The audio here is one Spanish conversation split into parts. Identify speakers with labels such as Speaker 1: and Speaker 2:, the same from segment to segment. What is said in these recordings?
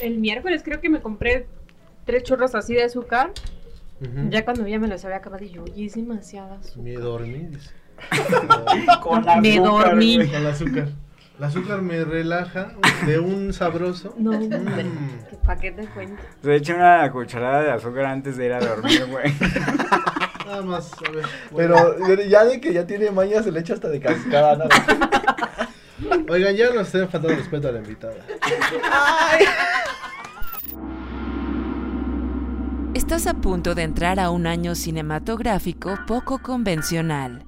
Speaker 1: el miércoles creo que me compré tres churros así de azúcar.
Speaker 2: Ujú.
Speaker 1: Ya cuando ya me los había acabado, y yo, y es demasiada azúcar.
Speaker 2: Me dormí, dice.
Speaker 3: Con la
Speaker 1: Me
Speaker 3: azúcar,
Speaker 1: dormí.
Speaker 3: güey.
Speaker 2: Con el azúcar. El azúcar me relaja de un sabroso.
Speaker 1: No, hombre,
Speaker 2: Mm.
Speaker 1: que pa' qué te cuento.
Speaker 3: Se echa una cucharada de azúcar antes de ir a dormir, güey.
Speaker 2: Nada más, a ver.
Speaker 4: Pero ya de que ya tiene maña, se le echa hasta de cascada, ¿no?
Speaker 2: Oigan, ya nos estén faltando respeto a la invitada.
Speaker 5: Estás a punto de entrar a un año cinematográfico poco convencional.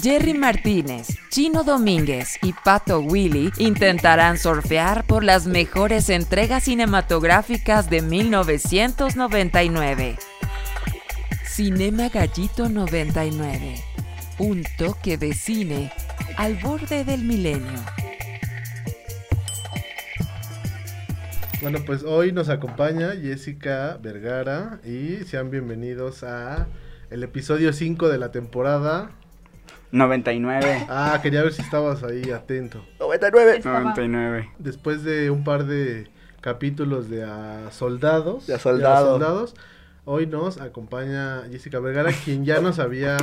Speaker 5: Jerry Martínez, Chino Domínguez y Pato Willy intentarán surfear por las mejores entregas cinematográficas de 1999. Cinema Gallito 99. Un toque de cine al borde del milenio.
Speaker 2: Bueno, pues hoy nos acompaña Jessica Vergara y sean bienvenidos a el episodio 5 de la temporada.
Speaker 3: 99.
Speaker 2: Ah, quería ver si estabas ahí atento.
Speaker 4: 99.
Speaker 1: Estaba-
Speaker 3: 99.
Speaker 2: Después de un par de capítulos de a soldados,
Speaker 4: De a soldado.
Speaker 2: de a soldados, hoy nos acompaña Jessica Vergara, quien ya nos había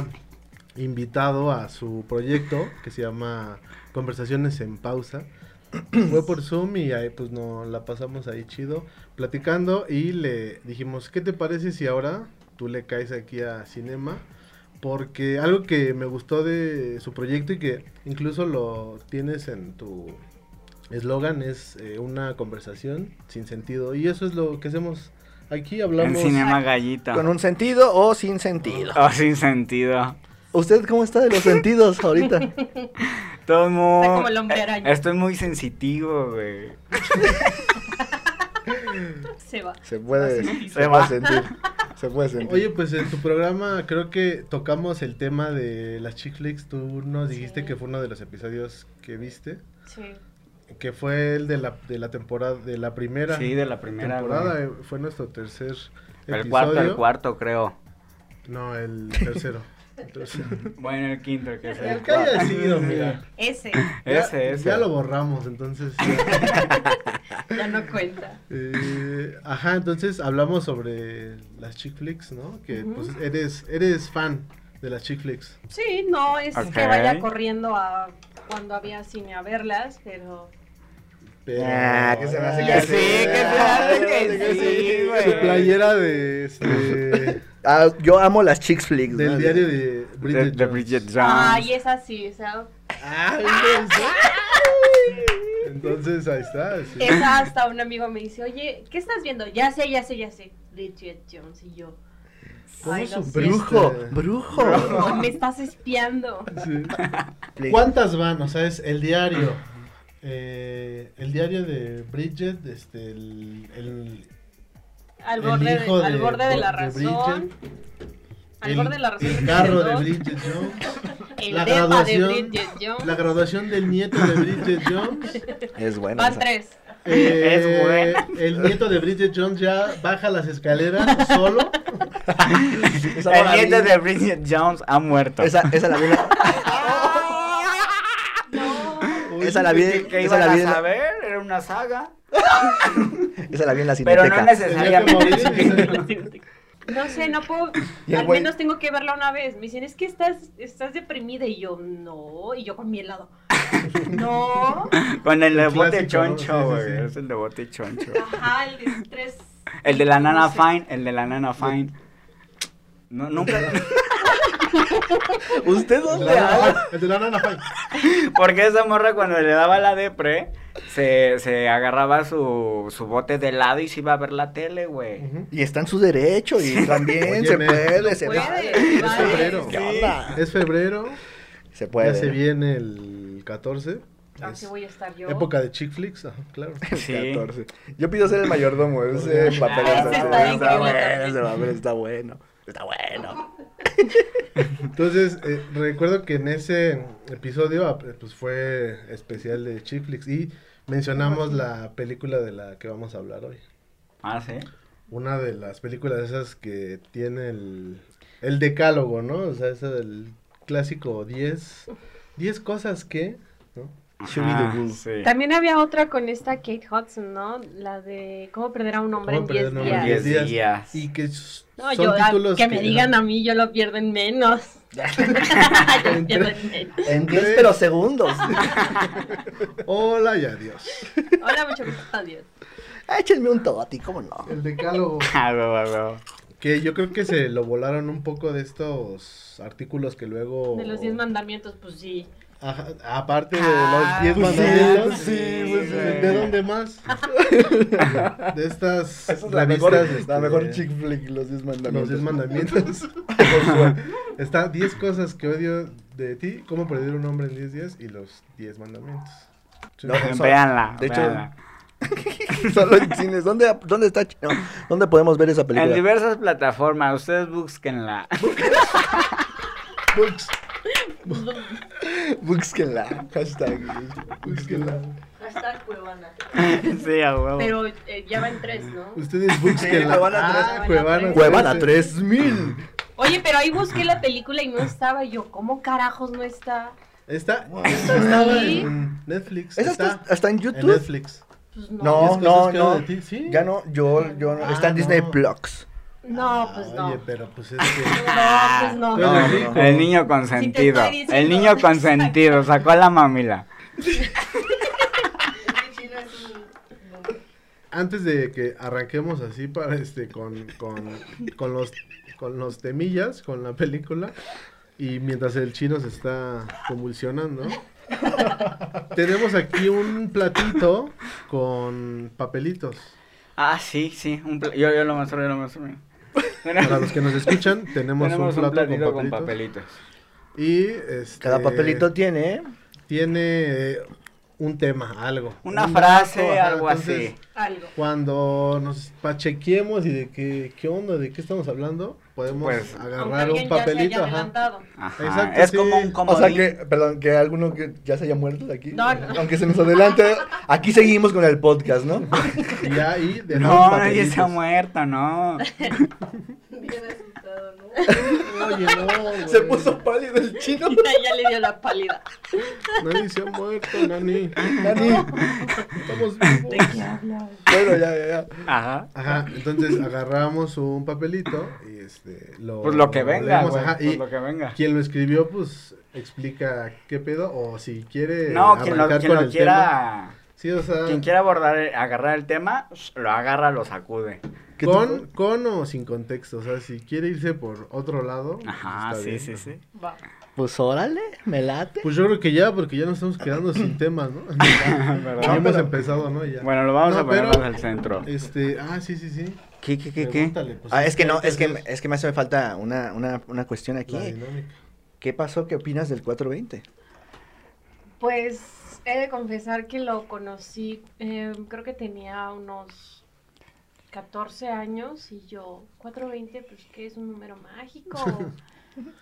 Speaker 2: invitado a su proyecto que se llama Conversaciones en Pausa. Fue por Zoom y ahí pues nos la pasamos ahí chido platicando y le dijimos, ¿qué te parece si ahora tú le caes aquí a Cinema? Porque algo que me gustó de su proyecto y que incluso lo tienes en tu eslogan es eh, una conversación sin sentido. Y eso es lo que hacemos aquí,
Speaker 3: En
Speaker 2: hablamos...
Speaker 3: Cinema Gallito.
Speaker 4: ¿Con un sentido o sin sentido?
Speaker 3: Oh, sin sentido.
Speaker 4: ¿Usted cómo está de los sentidos ahorita?
Speaker 3: Todo muy...
Speaker 1: Está como el hombre araña.
Speaker 3: Estoy muy sensitivo, güey.
Speaker 1: Se va.
Speaker 4: Se puede,
Speaker 1: Así.
Speaker 4: se puede sentir. Se puede sentir.
Speaker 2: Oye, pues en tu programa creo que tocamos el tema de las chick flicks. Tú nos dijiste
Speaker 1: Sí.
Speaker 2: que fue uno de los episodios que viste,
Speaker 1: Sí.
Speaker 2: que fue el de la, de la temporada, de la primera
Speaker 3: Sí, de la primera,
Speaker 2: temporada.
Speaker 3: güey.
Speaker 2: eh, Fue nuestro tercer
Speaker 3: El
Speaker 2: episodio.
Speaker 3: cuarto, el cuarto, creo.
Speaker 2: No, el tercero. El tercero.
Speaker 3: Bueno, el quinto, el que es el
Speaker 2: El que haya
Speaker 3: cuarto.
Speaker 2: sido, mira.
Speaker 1: Ese
Speaker 2: Ya-
Speaker 3: Ese, ese.
Speaker 2: Ya lo borramos, entonces. ya.
Speaker 1: ya no cuenta.
Speaker 2: Eh, ajá, entonces hablamos sobre las chick flicks, ¿no? Que
Speaker 1: Ujú.
Speaker 2: pues eres, eres fan de las chick flicks.
Speaker 1: Sí, no es
Speaker 3: Ok.
Speaker 1: que vaya corriendo a cuando había cine a verlas, pero
Speaker 2: Pero-
Speaker 4: Ah, que se me hace
Speaker 3: que sí, que se me hace que sí, güey.
Speaker 2: Su playera de este,
Speaker 4: Ah, yo amo las chicks flicks. ¿no?
Speaker 2: del diario de Bridget.
Speaker 3: De, de
Speaker 2: Jones.
Speaker 3: Bridget Jones.
Speaker 1: ay, es así, o sea,
Speaker 2: Ah, entonces. entonces ahí está. sí.
Speaker 1: esa hasta un amigo me dice, "Oye, ¿qué estás viendo?" Ya sé, ya sé, ya sé. Bridget Jones y yo.
Speaker 2: ¿Cómo
Speaker 1: Ay, no
Speaker 2: supiste?
Speaker 1: sé.
Speaker 4: Brujo, Este, brujo.
Speaker 1: Ay, me estás espiando.
Speaker 2: Sí.
Speaker 4: Flick.
Speaker 2: ¿Cuántas van? O sea, es el diario. eh, el diario de Bridget, este, el- el
Speaker 1: Al
Speaker 2: El
Speaker 1: borde,
Speaker 2: hijo
Speaker 1: de, al
Speaker 2: de-
Speaker 1: borde de la
Speaker 2: de
Speaker 1: razón. al borde de la razón.
Speaker 2: el carro de
Speaker 1: dos,
Speaker 2: Bridget Jones.
Speaker 1: El
Speaker 2: la
Speaker 1: depa de
Speaker 2: graduación,
Speaker 1: Bridget Jones.
Speaker 2: La graduación del nieto de Bridget Jones. Eh,
Speaker 4: Es bueno.
Speaker 1: Van tres.
Speaker 3: Es buena.
Speaker 2: El nieto de Bridget Jones ya baja las escaleras solo.
Speaker 3: El nieto de Bridget Jones ha muerto.
Speaker 4: Esa, esa la vi en la-
Speaker 1: No.
Speaker 2: Uy,
Speaker 4: esa la vi,
Speaker 3: ¿Qué, qué
Speaker 4: esa
Speaker 3: iban
Speaker 4: la
Speaker 3: a
Speaker 4: vi, en la-
Speaker 3: saber? Era una saga.
Speaker 4: esa la vi en la
Speaker 3: Pero no
Speaker 4: cineteca.
Speaker 2: tenía que
Speaker 3: necesariamente.
Speaker 2: morir.
Speaker 1: No sé, no puedo.
Speaker 4: Y el
Speaker 1: al
Speaker 4: güey-
Speaker 1: menos tengo que verla una vez. Me dicen, es que estás, estás deprimida. Y yo, no. Y yo con mi helado. No.
Speaker 3: Con el de
Speaker 2: El
Speaker 3: bote
Speaker 2: clásico, ¿no? Sí,
Speaker 3: choncho,
Speaker 2: sí,
Speaker 3: güey.
Speaker 2: sí.
Speaker 3: Es el de bote choncho.
Speaker 1: Ajá, Ah, el de tres.
Speaker 3: El de la nana
Speaker 1: No sé.
Speaker 3: fine, el de la nana fine. No, nunca.
Speaker 4: ¿Usted
Speaker 2: El de
Speaker 4: dónde
Speaker 2: la
Speaker 4: habla?
Speaker 2: nana- El de la nana Fine.
Speaker 3: Porque esa morra cuando le daba la depre, se, se agarraba su, su bote de lado y se iba a ver la tele, güey.
Speaker 2: Ujú.
Speaker 4: Y está en su derecho y también
Speaker 2: Oye,
Speaker 4: se
Speaker 2: men.
Speaker 4: puede, se
Speaker 1: Puede,
Speaker 4: vale.
Speaker 1: se
Speaker 2: Es
Speaker 1: vale.
Speaker 2: febrero.
Speaker 4: ¿Qué onda?
Speaker 2: Es febrero.
Speaker 4: Se puede.
Speaker 2: Ya se viene el 14.
Speaker 1: Así
Speaker 2: es
Speaker 1: voy a estar Ah, yo.
Speaker 2: Época de chick flicks, ajá, claro.
Speaker 3: Sí.
Speaker 4: 14. Yo pido ser el mayordomo, ese papel
Speaker 1: ese
Speaker 4: está,
Speaker 1: está bien
Speaker 4: está
Speaker 1: crudo
Speaker 4: bueno,
Speaker 1: también.
Speaker 4: ese papel está bueno. Está bueno.
Speaker 2: Entonces, eh, recuerdo que en ese episodio ah, pues fue especial de Chick Flicks y mencionamos la película de la que vamos a hablar hoy.
Speaker 3: Ah, sí.
Speaker 2: Una de las películas esas que tiene el, el decálogo, ¿no? O sea, esa del clásico 10 10 cosas que, ¿no? Shuri
Speaker 3: Ah,
Speaker 2: the Wolf.
Speaker 3: sí.
Speaker 1: También había otra con esta Kate Hudson, ¿no? La de cómo perder a un hombre en
Speaker 2: ¿Cómo perder
Speaker 1: 10
Speaker 2: un hombre en
Speaker 1: días.
Speaker 3: Diez
Speaker 2: 10 días.
Speaker 3: días.
Speaker 2: Y que s-
Speaker 1: No,
Speaker 2: son
Speaker 1: yo, ah,
Speaker 2: títulos
Speaker 1: que me digan a mí, yo lo pierdo en menos. yo lo pierdo en menos.
Speaker 4: En 10 pero segundos.
Speaker 2: Hola y adiós.
Speaker 1: Hola, mucho gusto, adiós.
Speaker 4: Échenme un toti, ¿cómo no?
Speaker 2: El decálogo.
Speaker 3: Ah, huevo, huevo.
Speaker 2: Que yo creo que se lo volaron un poco de estos artículos que luego.
Speaker 1: De los 10 mandamientos, pues sí.
Speaker 2: Ajá, aparte de
Speaker 3: Ah,
Speaker 2: los 10
Speaker 3: pues sí,
Speaker 2: mandamientos.
Speaker 3: pues sí, pues sí.
Speaker 2: ¿De dónde más? de estas
Speaker 4: Esa es la
Speaker 2: revistas.
Speaker 4: mejor,
Speaker 2: este,
Speaker 4: la mejor chick flick, los 10 mandamientos.
Speaker 2: Los 10 mandamientos. Está 10 cosas que odio de ti. Cómo perder un hombre en 10 días y los 10 mandamientos. Sí,
Speaker 4: No,
Speaker 2: o sea,
Speaker 3: Véanla.
Speaker 4: de hecho,
Speaker 3: véanla.
Speaker 4: Solo en cines. ¿Dónde, dónde está? ch- no, ¿Dónde podemos ver esa
Speaker 3: en
Speaker 4: película?
Speaker 3: diversas plataformas, ustedes búsquenla.
Speaker 4: Books. Búsquenla. Hashtag. Búsquenla.
Speaker 1: Hashtag cuevana.
Speaker 3: sí, a
Speaker 2: Oh.
Speaker 3: huevo.
Speaker 1: Pero eh, ya van tres, ¿no?
Speaker 2: Ustedes busquen la
Speaker 4: Cuevana tres.
Speaker 2: Ah, Cuevana
Speaker 4: Cuevana
Speaker 2: tres.
Speaker 4: 3000.
Speaker 1: Oye, pero ahí busqué la película y no estaba y yo. ¿Cómo carajos no está?
Speaker 2: Está,
Speaker 4: Wow.
Speaker 2: esta estaba
Speaker 1: Sí.
Speaker 2: en Netflix.
Speaker 4: ¿Esa
Speaker 2: está
Speaker 4: está, está en
Speaker 2: en
Speaker 4: YouTube?
Speaker 2: Netflix.
Speaker 1: Pues
Speaker 4: No.
Speaker 1: no.
Speaker 2: ¿Diez cosas que
Speaker 4: no.
Speaker 2: odio de ti? Sí.
Speaker 4: Ya no, yo, yo no.
Speaker 2: Ah,
Speaker 4: está en Disney
Speaker 2: no.
Speaker 4: Plus.
Speaker 1: No, pues no.
Speaker 2: Oye, pero pues es que.
Speaker 1: No, pues no.
Speaker 2: Pero
Speaker 4: No,
Speaker 2: sí,
Speaker 4: no.
Speaker 2: como-
Speaker 3: El niño consentido.
Speaker 1: Sí, te estoy
Speaker 3: el
Speaker 1: diciendo.
Speaker 3: niño consentido sacó a la mamila.
Speaker 2: Antes de que arranquemos así para este con, con, con los con los temillas, con la película. Y mientras el chino se está convulsionando, tenemos aquí un platito con papelitos.
Speaker 3: Ah, sí, sí. un pla- yo, yo lo muestro, yo lo muestro. mira.
Speaker 2: Para los que nos escuchan, tenemos,
Speaker 3: Tenemos
Speaker 2: un
Speaker 3: un
Speaker 2: plato
Speaker 3: platito
Speaker 2: con
Speaker 3: con
Speaker 2: papelitos.
Speaker 3: papelitos.
Speaker 2: Y este,
Speaker 4: Cada papelito tiene.
Speaker 2: tiene eh, un tema, algo.
Speaker 3: Una
Speaker 2: Un
Speaker 3: frase,
Speaker 2: dato, ajá,
Speaker 3: algo
Speaker 2: entonces,
Speaker 3: así.
Speaker 1: Algo.
Speaker 2: Cuando nos pachequeemos y de qué, qué onda, de qué estamos hablando, podemos
Speaker 3: Pues,
Speaker 1: Aunque
Speaker 2: agarrar
Speaker 1: alguien
Speaker 2: un
Speaker 1: ya se
Speaker 2: papelito.
Speaker 1: haya
Speaker 2: Ajá.
Speaker 1: adelantado.
Speaker 3: Ajá,
Speaker 2: Exacto,
Speaker 3: es
Speaker 2: sí.
Speaker 3: como un
Speaker 4: O
Speaker 3: comodín.
Speaker 4: sea que, perdón, que alguno que ya se haya muerto de aquí.
Speaker 1: No, no.
Speaker 4: Aunque se nos adelante. Aquí seguimos con el podcast, ¿no?
Speaker 2: Y ya ahí de
Speaker 3: No, nadie se ha muerto, no.
Speaker 2: Oye, no. güey.
Speaker 4: Se puso pálido el chino.
Speaker 1: ya le dio la pálida.
Speaker 2: Nadie se ha muerto, Nani.
Speaker 4: Dani.
Speaker 2: Estamos vivos.
Speaker 4: Bueno, ya, ya, ya.
Speaker 3: Ajá.
Speaker 2: Ajá, entonces agarramos un papelito y este. Lo,
Speaker 3: Pues lo que venga,
Speaker 2: leemos,
Speaker 3: güey.
Speaker 2: ajá,
Speaker 3: Pues
Speaker 2: y
Speaker 3: lo que venga.
Speaker 2: Quien lo escribió, pues explica qué pedo. O si quiere.
Speaker 3: No, quien lo,
Speaker 2: arrancar
Speaker 3: quien
Speaker 2: con
Speaker 3: lo
Speaker 2: el tema.
Speaker 3: quiera.
Speaker 2: Sí, o sea.
Speaker 3: Quien quiera abordar, el- agarrar el tema, pues, lo agarra, lo sacude.
Speaker 4: ¿Qué
Speaker 2: Con,
Speaker 4: tal?
Speaker 2: con o sin contexto, o sea, si quiere irse por otro lado. pues,
Speaker 3: Ajá,
Speaker 2: está
Speaker 3: sí,
Speaker 2: bien,
Speaker 3: sí,
Speaker 2: ¿no?
Speaker 3: sí.
Speaker 1: Va.
Speaker 4: Pues órale, me late.
Speaker 2: Pues yo creo que ya, porque ya nos estamos quedando sin temas, ¿no? Ya
Speaker 3: Ah, Perdón.
Speaker 2: hemos empezado, ¿no? Ya.
Speaker 3: Bueno, lo vamos
Speaker 2: No,
Speaker 3: a poner
Speaker 2: pero-
Speaker 3: más al centro.
Speaker 2: Este, ah, sí, sí, sí.
Speaker 3: ¿Qué, qué, qué, qué?
Speaker 2: Pregúntale, pues,
Speaker 4: Ah, es que no,
Speaker 2: hay
Speaker 4: es que,
Speaker 2: hacer
Speaker 4: es que me hace falta una, una, una cuestión aquí.
Speaker 2: la dinámica.
Speaker 4: ¿Qué pasó? ¿Qué opinas del 420?
Speaker 1: Pues he de confesar que lo conocí, eh, creo que tenía unos 14 años y yo, 420, pues que es un número mágico.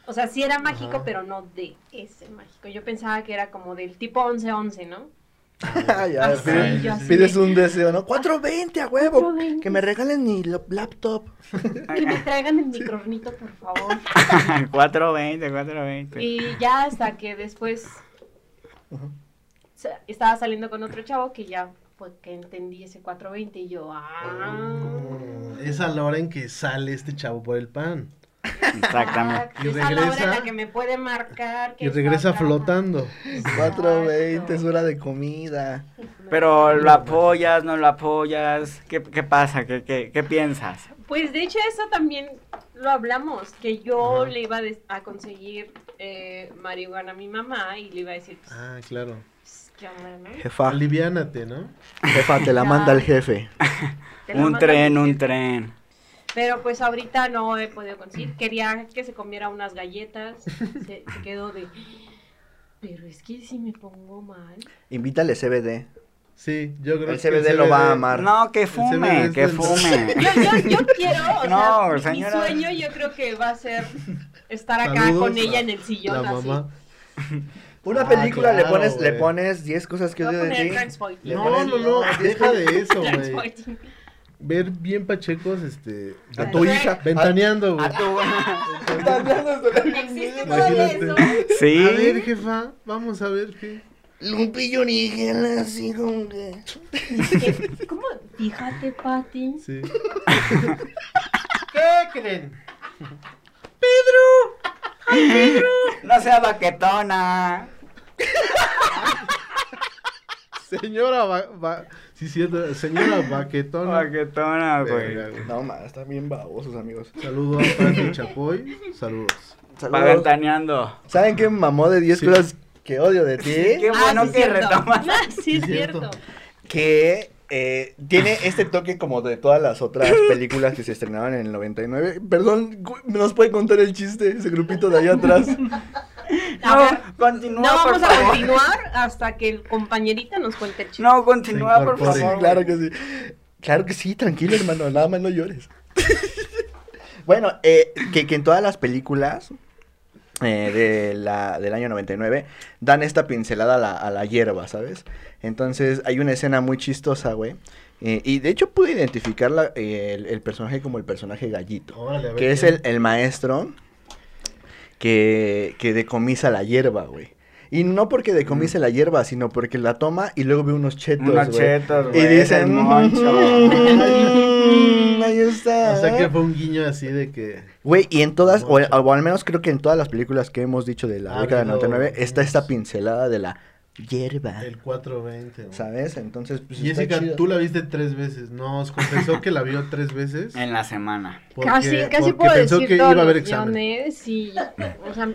Speaker 1: O sea, sí era mágico,
Speaker 2: Ajá.
Speaker 1: pero no de ese mágico. Yo pensaba que era como del tipo 1111, ¿no?
Speaker 4: ya,
Speaker 1: Ah,
Speaker 2: sí,
Speaker 4: pides,
Speaker 2: yo
Speaker 1: sí.
Speaker 4: pides un deseo, ¿no? 420 a huevo.
Speaker 1: 420.
Speaker 4: Que me regalen mi lo- laptop.
Speaker 1: Que me traigan el microornito, por favor.
Speaker 3: 420, 420.
Speaker 1: Y ya hasta que después
Speaker 4: Ujú.
Speaker 1: sa- estaba saliendo con otro chavo que ya fue que entendí ese 420 y yo, ah.
Speaker 4: Oh.
Speaker 2: Mm, Es a la hora en que sale este chavo por el pan.
Speaker 3: Exactamente.
Speaker 1: Ah,
Speaker 2: Y
Speaker 1: es a la hora en
Speaker 2: regresa-
Speaker 1: la que me puede marcar. que
Speaker 2: Y
Speaker 1: está
Speaker 2: regresa
Speaker 1: acá.
Speaker 2: flotando.
Speaker 1: Exacto.
Speaker 4: 420 es hora de comida.
Speaker 3: Pero lo apoyas, no lo apoyas. ¿Qué, qué pasa? ¿Qué, qué, qué piensas?
Speaker 1: Pues de hecho eso también lo hablamos, que yo
Speaker 2: Ajá.
Speaker 1: le iba a, des- a conseguir eh, marihuana a mi mamá y le iba a decir, pues,
Speaker 2: Ah, claro.
Speaker 1: pues, ¿qué onda, no?
Speaker 3: Ah.
Speaker 4: Jefa,
Speaker 2: Aliviánate, ¿no?
Speaker 4: jefa, te la manda el jefe.
Speaker 1: Te la
Speaker 3: Un
Speaker 1: mando a
Speaker 3: tren,
Speaker 1: decir.
Speaker 3: un tren.
Speaker 1: Pero pues ahorita no he podido conseguir. Quería que se comiera unas galletas. Se, se quedó de. Pero es que si me pongo mal.
Speaker 4: Invítale CBD.
Speaker 2: Sí, yo creo
Speaker 4: El
Speaker 2: que
Speaker 4: CBD lo va a amar.
Speaker 3: No,
Speaker 2: CBD
Speaker 3: que fume,
Speaker 2: es
Speaker 3: que
Speaker 2: del-
Speaker 3: fume.
Speaker 1: Yo, yo, yo quiero. O
Speaker 3: No,
Speaker 1: sea, mi
Speaker 3: señora.
Speaker 1: sueño yo creo que va a ser estar acá
Speaker 2: Saludos
Speaker 1: con ella
Speaker 2: a
Speaker 1: en el sillón.
Speaker 2: La
Speaker 1: así.
Speaker 2: mamá.
Speaker 4: Una
Speaker 2: Ah,
Speaker 4: película le
Speaker 2: claro,
Speaker 4: pones le
Speaker 2: güey.
Speaker 4: pones 10 cosas que
Speaker 1: Voy a
Speaker 4: odio de
Speaker 1: poner
Speaker 4: ti.
Speaker 1: transporting.
Speaker 4: Le
Speaker 2: No,
Speaker 4: pones-
Speaker 2: no, no, deja de eso, güey.
Speaker 1: Transporting.
Speaker 2: Ver bien pachecos, este.
Speaker 4: A
Speaker 1: A
Speaker 4: tu
Speaker 1: tu
Speaker 4: hija.
Speaker 2: Ventaneando, güey.
Speaker 3: A tu-
Speaker 1: ¿Existe todavía eso?
Speaker 2: Imagínate.
Speaker 3: Sí.
Speaker 2: A ver, jefa, vamos a ver qué.
Speaker 4: Lupillo Origel, así como que.
Speaker 1: ¿Qué? ¿Cómo? Fíjate, Pati.
Speaker 2: Sí. ¿Qué creen?
Speaker 3: No sea baquetona.
Speaker 2: Señora ba Ba- sí, cierto, señora Baquetona.
Speaker 3: Baquetona,
Speaker 2: Verga,
Speaker 3: güey.
Speaker 2: güey.
Speaker 4: No, más, están bien babosos, amigos.
Speaker 2: Saludo a Pati Chapoy. Saludos.
Speaker 3: Va
Speaker 4: Saludos.
Speaker 3: ventaneando.
Speaker 4: ¿Saben qué mamó de 10
Speaker 2: Sí.
Speaker 4: cosas que odio de ti?
Speaker 3: Qué
Speaker 5: Ah,
Speaker 3: bueno
Speaker 5: sí,
Speaker 3: que
Speaker 5: cierto.
Speaker 3: retomas.
Speaker 1: Ah, sí, es
Speaker 2: Sí, cierto.
Speaker 1: cierto.
Speaker 4: que eh, tiene este toque como de todas las otras películas que se estrenaban en el 99. Perdón, cu- ¿nos puede contar el chiste ese grupito de allá atrás?
Speaker 1: A ver,
Speaker 3: No, continúa,
Speaker 1: No vamos
Speaker 3: por
Speaker 1: a
Speaker 3: favor.
Speaker 1: continuar hasta que el compañerita nos cuente el chiste.
Speaker 3: No, continúa,
Speaker 2: Se
Speaker 3: por
Speaker 2: incorpore.
Speaker 3: favor.
Speaker 4: Sí,
Speaker 3: güey.
Speaker 4: claro que sí. Claro que sí, tranquilo, hermano, nada más no llores. bueno, eh, que, que en todas las películas eh, de la, del año 99 dan esta pincelada a la, a la hierba, ¿sabes? Entonces hay una escena muy chistosa, güey. eh, y de hecho pude identificar la- eh, el, el personaje como el personaje gallito.
Speaker 2: Órale, a ver
Speaker 4: que es
Speaker 2: quién.
Speaker 4: el, eh, el maestro que, que decomisa la hierba, güey. Y no porque decomise la hierba, sino porque la toma y luego ve unos chetos,
Speaker 3: Unos
Speaker 4: güey.
Speaker 3: chetos,
Speaker 4: Y
Speaker 3: güey,
Speaker 4: dice,
Speaker 3: el moncho".
Speaker 4: "Mm, ahí está.
Speaker 2: O sea que fue un guiño así de que.
Speaker 4: Güey, y en todas, o,
Speaker 2: Moncho. Ah,
Speaker 4: o al menos creo que en todas las películas que hemos dicho de la
Speaker 2: Ha
Speaker 4: década del
Speaker 2: habido
Speaker 4: 99, está esta
Speaker 2: unos-
Speaker 4: pincelada de la hierba,
Speaker 2: El 420. güey.
Speaker 4: ¿sabes? Entonces, pues, está
Speaker 2: Jessica,
Speaker 4: chido.
Speaker 2: tú la viste tres veces. Nos confesó que la vio tres veces.
Speaker 3: En la semana.
Speaker 2: porque-
Speaker 1: casi, casi
Speaker 2: porque
Speaker 1: puedo
Speaker 2: pensó
Speaker 1: decir
Speaker 2: que
Speaker 1: todos
Speaker 2: iba a haber
Speaker 1: los
Speaker 2: examen.
Speaker 1: guiones y, o sea,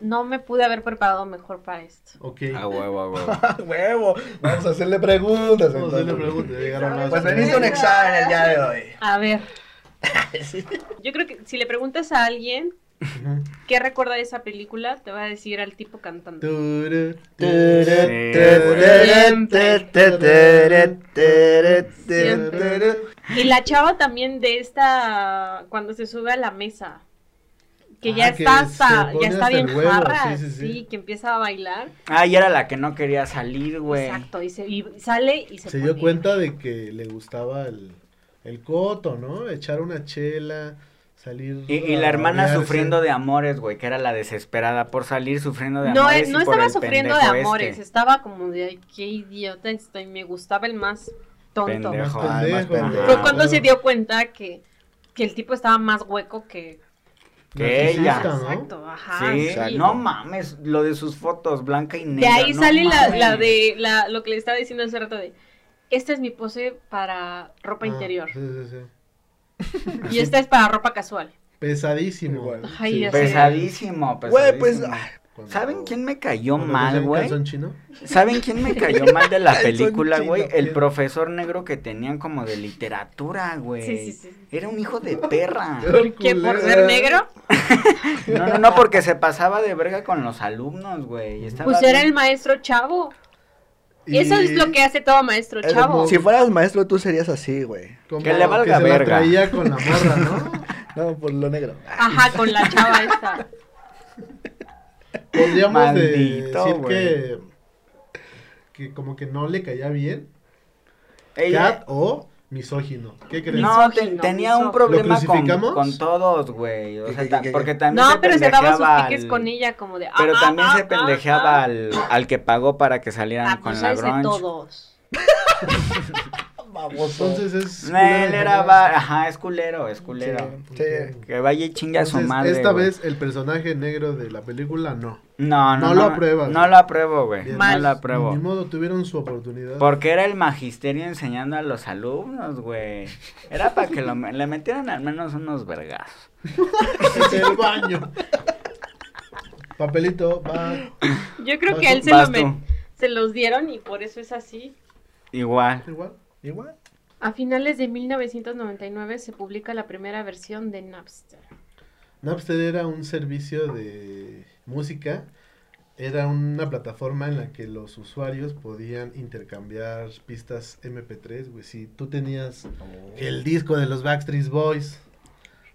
Speaker 1: no me pude haber preparado mejor para esto.
Speaker 2: Ok.
Speaker 3: A huevo, a huevo.
Speaker 4: ¡Ah, huevo! Vamos a hacerle preguntas,
Speaker 2: Vamos a hacerle
Speaker 4: entonces.
Speaker 2: preguntas. Llegaron más.
Speaker 4: Pues veniste un examen el día de hoy.
Speaker 1: A ver, yo creo que si le preguntas a alguien
Speaker 2: Ujú.
Speaker 1: qué recuerda de esa película, te va a decir al tipo cantando.
Speaker 2: Turu, turu,
Speaker 4: Siempre.
Speaker 1: Y la chava también de esta, cuando se sube a la mesa, que ya
Speaker 2: Ah, que
Speaker 1: está
Speaker 2: se
Speaker 1: hasta,
Speaker 2: pone
Speaker 1: ya está
Speaker 2: hasta el
Speaker 1: bien
Speaker 2: huevo,
Speaker 1: jarra,
Speaker 2: sí,
Speaker 1: sí,
Speaker 2: sí, sí.
Speaker 1: que empieza a bailar.
Speaker 3: Ah, y era la que no quería salir, güey.
Speaker 1: Exacto, y, se, y sale y se
Speaker 2: Se dio
Speaker 1: pone-
Speaker 2: cuenta de que le gustaba el, el coto, ¿no? Echar una chela, salir.
Speaker 3: Y, y la
Speaker 2: a
Speaker 3: hermana
Speaker 2: bañarse.
Speaker 3: sufriendo de amores, güey, que era la desesperada por salir sufriendo de
Speaker 1: No,
Speaker 3: amores.
Speaker 1: eh, no
Speaker 3: y por
Speaker 1: estaba
Speaker 3: el
Speaker 1: sufriendo de
Speaker 3: pendejo
Speaker 1: amores,
Speaker 3: este.
Speaker 1: estaba como de, "Ay, qué idiota estoy, me gustaba el más tonto.
Speaker 3: "Ah, Pendejo.
Speaker 2: Más
Speaker 4: Ay, más
Speaker 2: pendejo.
Speaker 4: pendejo.
Speaker 1: Fue cuando
Speaker 2: Ah,
Speaker 1: se dio cuenta que, que el tipo estaba más hueco que...
Speaker 3: Que ella.
Speaker 2: Narcisista, ¿no?
Speaker 1: Exacto, ajá.
Speaker 3: Sí,
Speaker 4: exacto.
Speaker 3: no mames, lo de sus fotos, blanca y
Speaker 1: De
Speaker 3: negra.
Speaker 1: ahí
Speaker 3: no
Speaker 1: sale la,
Speaker 3: mames.
Speaker 1: la de la, lo que le estaba diciendo hace rato de, esta es mi pose para ropa
Speaker 2: Ah,
Speaker 1: interior
Speaker 3: pues
Speaker 2: sí, sí, sí.
Speaker 1: y esta es para ropa casual.
Speaker 2: Pesadísimo.
Speaker 4: Igual.
Speaker 1: Ay,
Speaker 2: Sí.
Speaker 1: ya sé.
Speaker 3: Pesadísimo, pesadísimo.
Speaker 4: Güey, pues, ay,
Speaker 2: Cuando-
Speaker 3: ¿Saben quién me cayó
Speaker 2: cuando
Speaker 3: mal,
Speaker 2: pusieron
Speaker 3: güey?
Speaker 2: calzón chino?
Speaker 3: ¿Saben quién me cayó mal de la
Speaker 4: Calzón
Speaker 3: película,
Speaker 4: chino,
Speaker 3: güey? El
Speaker 2: ¿quién?
Speaker 3: profesor negro que tenían como de literatura, güey.
Speaker 1: Sí, sí, sí.
Speaker 3: Era un hijo de perra.
Speaker 1: Que Ah, por ser negro,
Speaker 3: No, no, no, porque se pasaba de verga con los alumnos, güey. Estaba
Speaker 1: pues era
Speaker 3: bien-
Speaker 1: el maestro chavo.
Speaker 2: Y-
Speaker 1: Eso es lo que hace todo maestro
Speaker 4: Eh,
Speaker 1: chavo.
Speaker 4: Si fueras maestro, tú serías así, güey.
Speaker 2: como
Speaker 3: que le valga
Speaker 2: se la
Speaker 3: verga.
Speaker 2: traía con la morra, ¿no?
Speaker 4: No, por lo negro.
Speaker 1: Ajá, con la chava esta.
Speaker 2: Podríamos eh,
Speaker 3: Maldito,
Speaker 2: decir
Speaker 3: güey.
Speaker 2: que, que como que no le caía bien.
Speaker 3: Ella-
Speaker 2: Cat o misógino. ¿Qué crees?
Speaker 3: No, te-
Speaker 1: Misógino,
Speaker 3: tenía un
Speaker 1: misógino.
Speaker 3: problema
Speaker 2: ¿Lo
Speaker 3: con,
Speaker 2: crucificamos?
Speaker 3: con todos, güey. O
Speaker 4: ¿Qué,
Speaker 3: sea,
Speaker 4: qué,
Speaker 3: ta-
Speaker 4: qué, qué?
Speaker 3: porque también
Speaker 1: No, pero se daba sus
Speaker 3: pendejeaba
Speaker 1: piques
Speaker 3: al-
Speaker 1: con ella como de...
Speaker 3: Pero
Speaker 1: "Ah,
Speaker 3: también
Speaker 1: ah,
Speaker 3: se
Speaker 1: ah,
Speaker 3: pendejeaba
Speaker 1: ah".
Speaker 3: al, al que pagó para que salieran
Speaker 1: Ah,
Speaker 3: con
Speaker 1: pues
Speaker 3: la
Speaker 1: es de
Speaker 3: grunge.
Speaker 1: todos.
Speaker 4: Vamos.
Speaker 2: Entonces es.
Speaker 3: Él era, va- ajá, es culero, es culero.
Speaker 4: Sí.
Speaker 3: Que vaya y chingue a su
Speaker 2: Entonces,
Speaker 3: madre.
Speaker 2: esta
Speaker 3: güey.
Speaker 2: vez el personaje negro de la película no.
Speaker 3: No, no,
Speaker 2: no lo apruebas,
Speaker 3: No
Speaker 2: güey.
Speaker 3: lo apruebo, güey.
Speaker 2: Bien.
Speaker 3: No
Speaker 1: Mal.
Speaker 3: lo
Speaker 2: Ni
Speaker 3: apruebo.
Speaker 2: modo, tuvieron su oportunidad.
Speaker 3: Porque era el magisterio enseñando a los alumnos, güey. Era para que lo me- le metieran al menos unos vergazos.
Speaker 2: En el baño. Papelito, va.
Speaker 1: Yo creo
Speaker 2: Vas
Speaker 1: que a él se,
Speaker 3: Vas
Speaker 1: lo
Speaker 3: tú.
Speaker 1: met- se los dieron y por eso es así.
Speaker 3: Igual.
Speaker 2: Igual.
Speaker 4: Igual.
Speaker 1: A finales de 1999 se publica la primera versión de Napster.
Speaker 2: Napster era un servicio de música, era una plataforma en la que los usuarios podían intercambiar pistas MP3, güey. Si tú tenías
Speaker 4: Oh.
Speaker 2: el disco de los Backstreet Boys,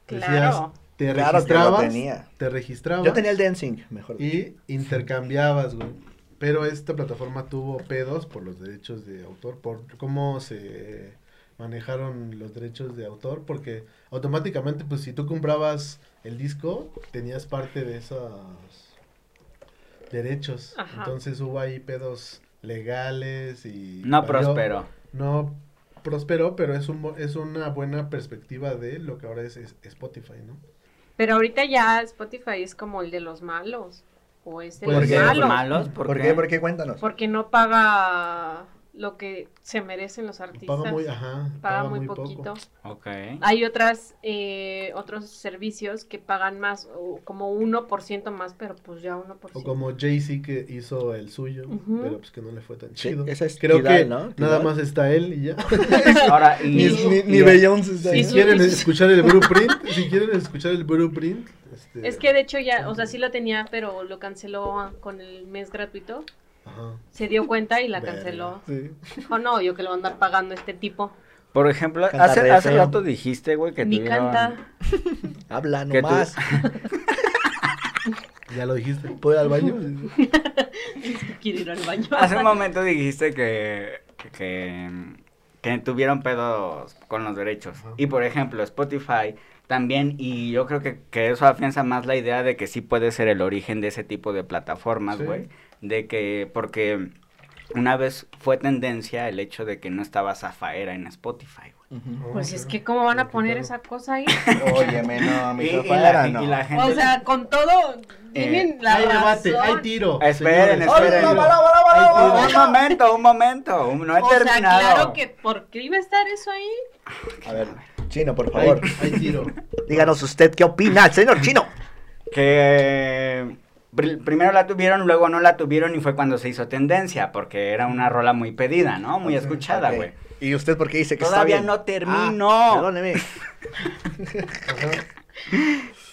Speaker 1: Claro.
Speaker 2: te
Speaker 4: Claro que lo
Speaker 2: registrabas,
Speaker 4: tenía.
Speaker 2: te registrabas
Speaker 4: Yo tenía el dancing, mejor.
Speaker 2: y intercambiabas, güey. Pero esta plataforma tuvo pedos por los derechos de autor, por cómo se manejaron los derechos de autor, porque automáticamente, pues si tú comprabas el disco, tenías parte de esas derechos.
Speaker 1: Ajá.
Speaker 2: Entonces hubo ahí pedos legales y...
Speaker 3: No
Speaker 2: valió-
Speaker 3: prosperó.
Speaker 2: No prosperó, pero es, un, bo- es una buena perspectiva de lo que ahora es, es Spotify, ¿no?
Speaker 1: Pero ahorita ya Spotify es como el de los malos. O es de
Speaker 2: Pues
Speaker 1: los
Speaker 4: sí, los
Speaker 1: malos.
Speaker 3: malos,
Speaker 4: ¿Por,
Speaker 3: ¿por,
Speaker 4: qué? Pues, ¿Por qué? Cuéntanos.
Speaker 1: Porque no paga lo que se merecen los artistas.
Speaker 2: Paga muy, ajá,
Speaker 1: Paga muy, poquito.
Speaker 3: Ok.
Speaker 1: Hay otras, eh, otros servicios que pagan más, o como 1% más, pero pues ya 1%.
Speaker 2: O como Jay-Z que hizo el suyo,
Speaker 1: Ujú.
Speaker 2: pero pues que no le fue tan
Speaker 4: Sí,
Speaker 2: chido.
Speaker 4: ese es
Speaker 2: Creo
Speaker 4: Tidal,
Speaker 2: que
Speaker 4: ¿no?
Speaker 2: nada
Speaker 4: Tidal.
Speaker 2: más está él y ya.
Speaker 3: Ahora, y,
Speaker 4: Ni, ni, ni
Speaker 3: y-
Speaker 4: Beyoncé está
Speaker 2: si
Speaker 4: ahí.
Speaker 1: Sí,
Speaker 2: quieren
Speaker 1: sí.
Speaker 2: escuchar el blueprint, si quieren escuchar el blueprint, este,
Speaker 1: Es que de hecho ya, o sea, sí lo tenía, pero lo canceló con el mes gratuito.
Speaker 2: ajá.
Speaker 1: Se dio cuenta y la
Speaker 2: Verga.
Speaker 1: canceló.
Speaker 4: Sí.
Speaker 1: Dijo, no, yo que lo voy a andar pagando a este tipo.
Speaker 3: por ejemplo,
Speaker 4: Canta
Speaker 3: hace,
Speaker 4: re
Speaker 3: hace
Speaker 4: feo.
Speaker 3: rato dijiste, güey, que
Speaker 1: Ni
Speaker 3: tuvieron-
Speaker 1: canta.
Speaker 4: Habla
Speaker 3: Que tú-
Speaker 4: nomás.
Speaker 2: Ya lo dijiste.
Speaker 4: Puedo ir al baño.
Speaker 1: Pues Quiero ir al baño.
Speaker 3: Hace un momento dijiste que, que, que tuvieron pedos con los derechos.
Speaker 2: Ajá.
Speaker 3: Y por ejemplo, Spotify también, y yo creo que, que eso afianza más la idea de que sí puede ser el origen de ese tipo de plataformas,
Speaker 2: Sí.
Speaker 3: güey. De que, porque una vez fue tendencia el hecho de que no estaba Zafaera en Spotify, güey.
Speaker 4: Ujú.
Speaker 1: Pues es que cómo van a poner esa cosa ahí.
Speaker 4: Óyeme, no, mi
Speaker 3: Y- y
Speaker 4: papá
Speaker 3: la-
Speaker 4: era
Speaker 3: y-
Speaker 4: no.
Speaker 3: y la gente-
Speaker 1: O sea, con todo,
Speaker 3: Eh,
Speaker 1: tienen la
Speaker 2: hay debate,
Speaker 1: razón.
Speaker 2: hay tiro.
Speaker 3: Ah, Esperen,
Speaker 2: señores.
Speaker 4: ¡Ay,
Speaker 3: esperen.
Speaker 4: no, bala, bala, bala,
Speaker 2: Ahí
Speaker 4: bala,
Speaker 2: tiene.
Speaker 3: un
Speaker 4: bala!
Speaker 3: momento, un momento, un- no he
Speaker 1: o sea,
Speaker 3: terminado.
Speaker 1: claro que ¿por qué iba a estar eso ahí?
Speaker 4: A ver, Chino, por
Speaker 2: Hay,
Speaker 4: favor.
Speaker 2: hay tiro.
Speaker 4: Díganos usted qué opina, el señor Chino.
Speaker 3: que pr- primero la tuvieron, luego no la tuvieron y fue cuando se hizo tendencia, porque era una rola muy pedida, ¿no? Muy escuchada,
Speaker 4: Ok.
Speaker 3: güey.
Speaker 4: ¿Y usted por qué dice que
Speaker 3: Todavía
Speaker 4: está bien?
Speaker 3: no termino.
Speaker 4: Ah, perdóneme.
Speaker 2: Ajá.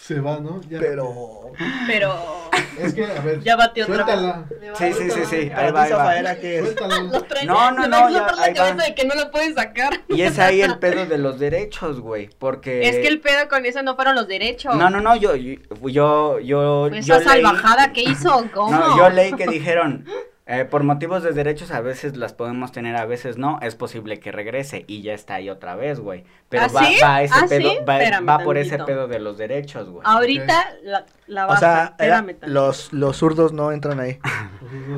Speaker 2: Se va, ¿no? Ya.
Speaker 4: Pero.
Speaker 1: Pero
Speaker 2: Es que, a ver.
Speaker 1: ya batió otra
Speaker 2: suéltala.
Speaker 1: vez.
Speaker 3: Sí, sí, sí, sí.
Speaker 4: Para
Speaker 3: Ahí
Speaker 4: ti,
Speaker 3: va, ahí va.
Speaker 4: Zafaera, ¿qué es?
Speaker 2: Suéltala.
Speaker 1: Lo trae-
Speaker 3: No, no,
Speaker 1: le
Speaker 3: no,
Speaker 1: va
Speaker 3: ya,
Speaker 1: por la
Speaker 3: ahí va. Eh,
Speaker 1: cabeza de que no lo pueden sacar.
Speaker 3: Y es ahí el pedo de los derechos, güey, porque...
Speaker 1: Es que el pedo con eso no fueron los derechos.
Speaker 3: No, no, no, yo, yo, yo, yo,
Speaker 1: Pues
Speaker 3: yo
Speaker 1: Esa
Speaker 3: leí-
Speaker 1: salvajada que hizo, ¿cómo?
Speaker 3: No, yo leí que dijeron, eh, por motivos de derechos a veces las podemos tener, a veces no, es posible que regrese y ya está ahí otra vez, güey. Pero
Speaker 1: ¿Ah,
Speaker 3: va,
Speaker 1: sí?
Speaker 3: va ese
Speaker 1: ¿Ah,
Speaker 3: pedo,
Speaker 1: sí?
Speaker 3: va,
Speaker 1: Espérame
Speaker 3: va por ese
Speaker 1: tantito.
Speaker 3: pedo de los derechos, güey.
Speaker 1: Ahorita la, la
Speaker 4: O
Speaker 1: baja.
Speaker 4: sea, era-
Speaker 1: espérame tantito.
Speaker 4: los, los zurdos no entran ahí.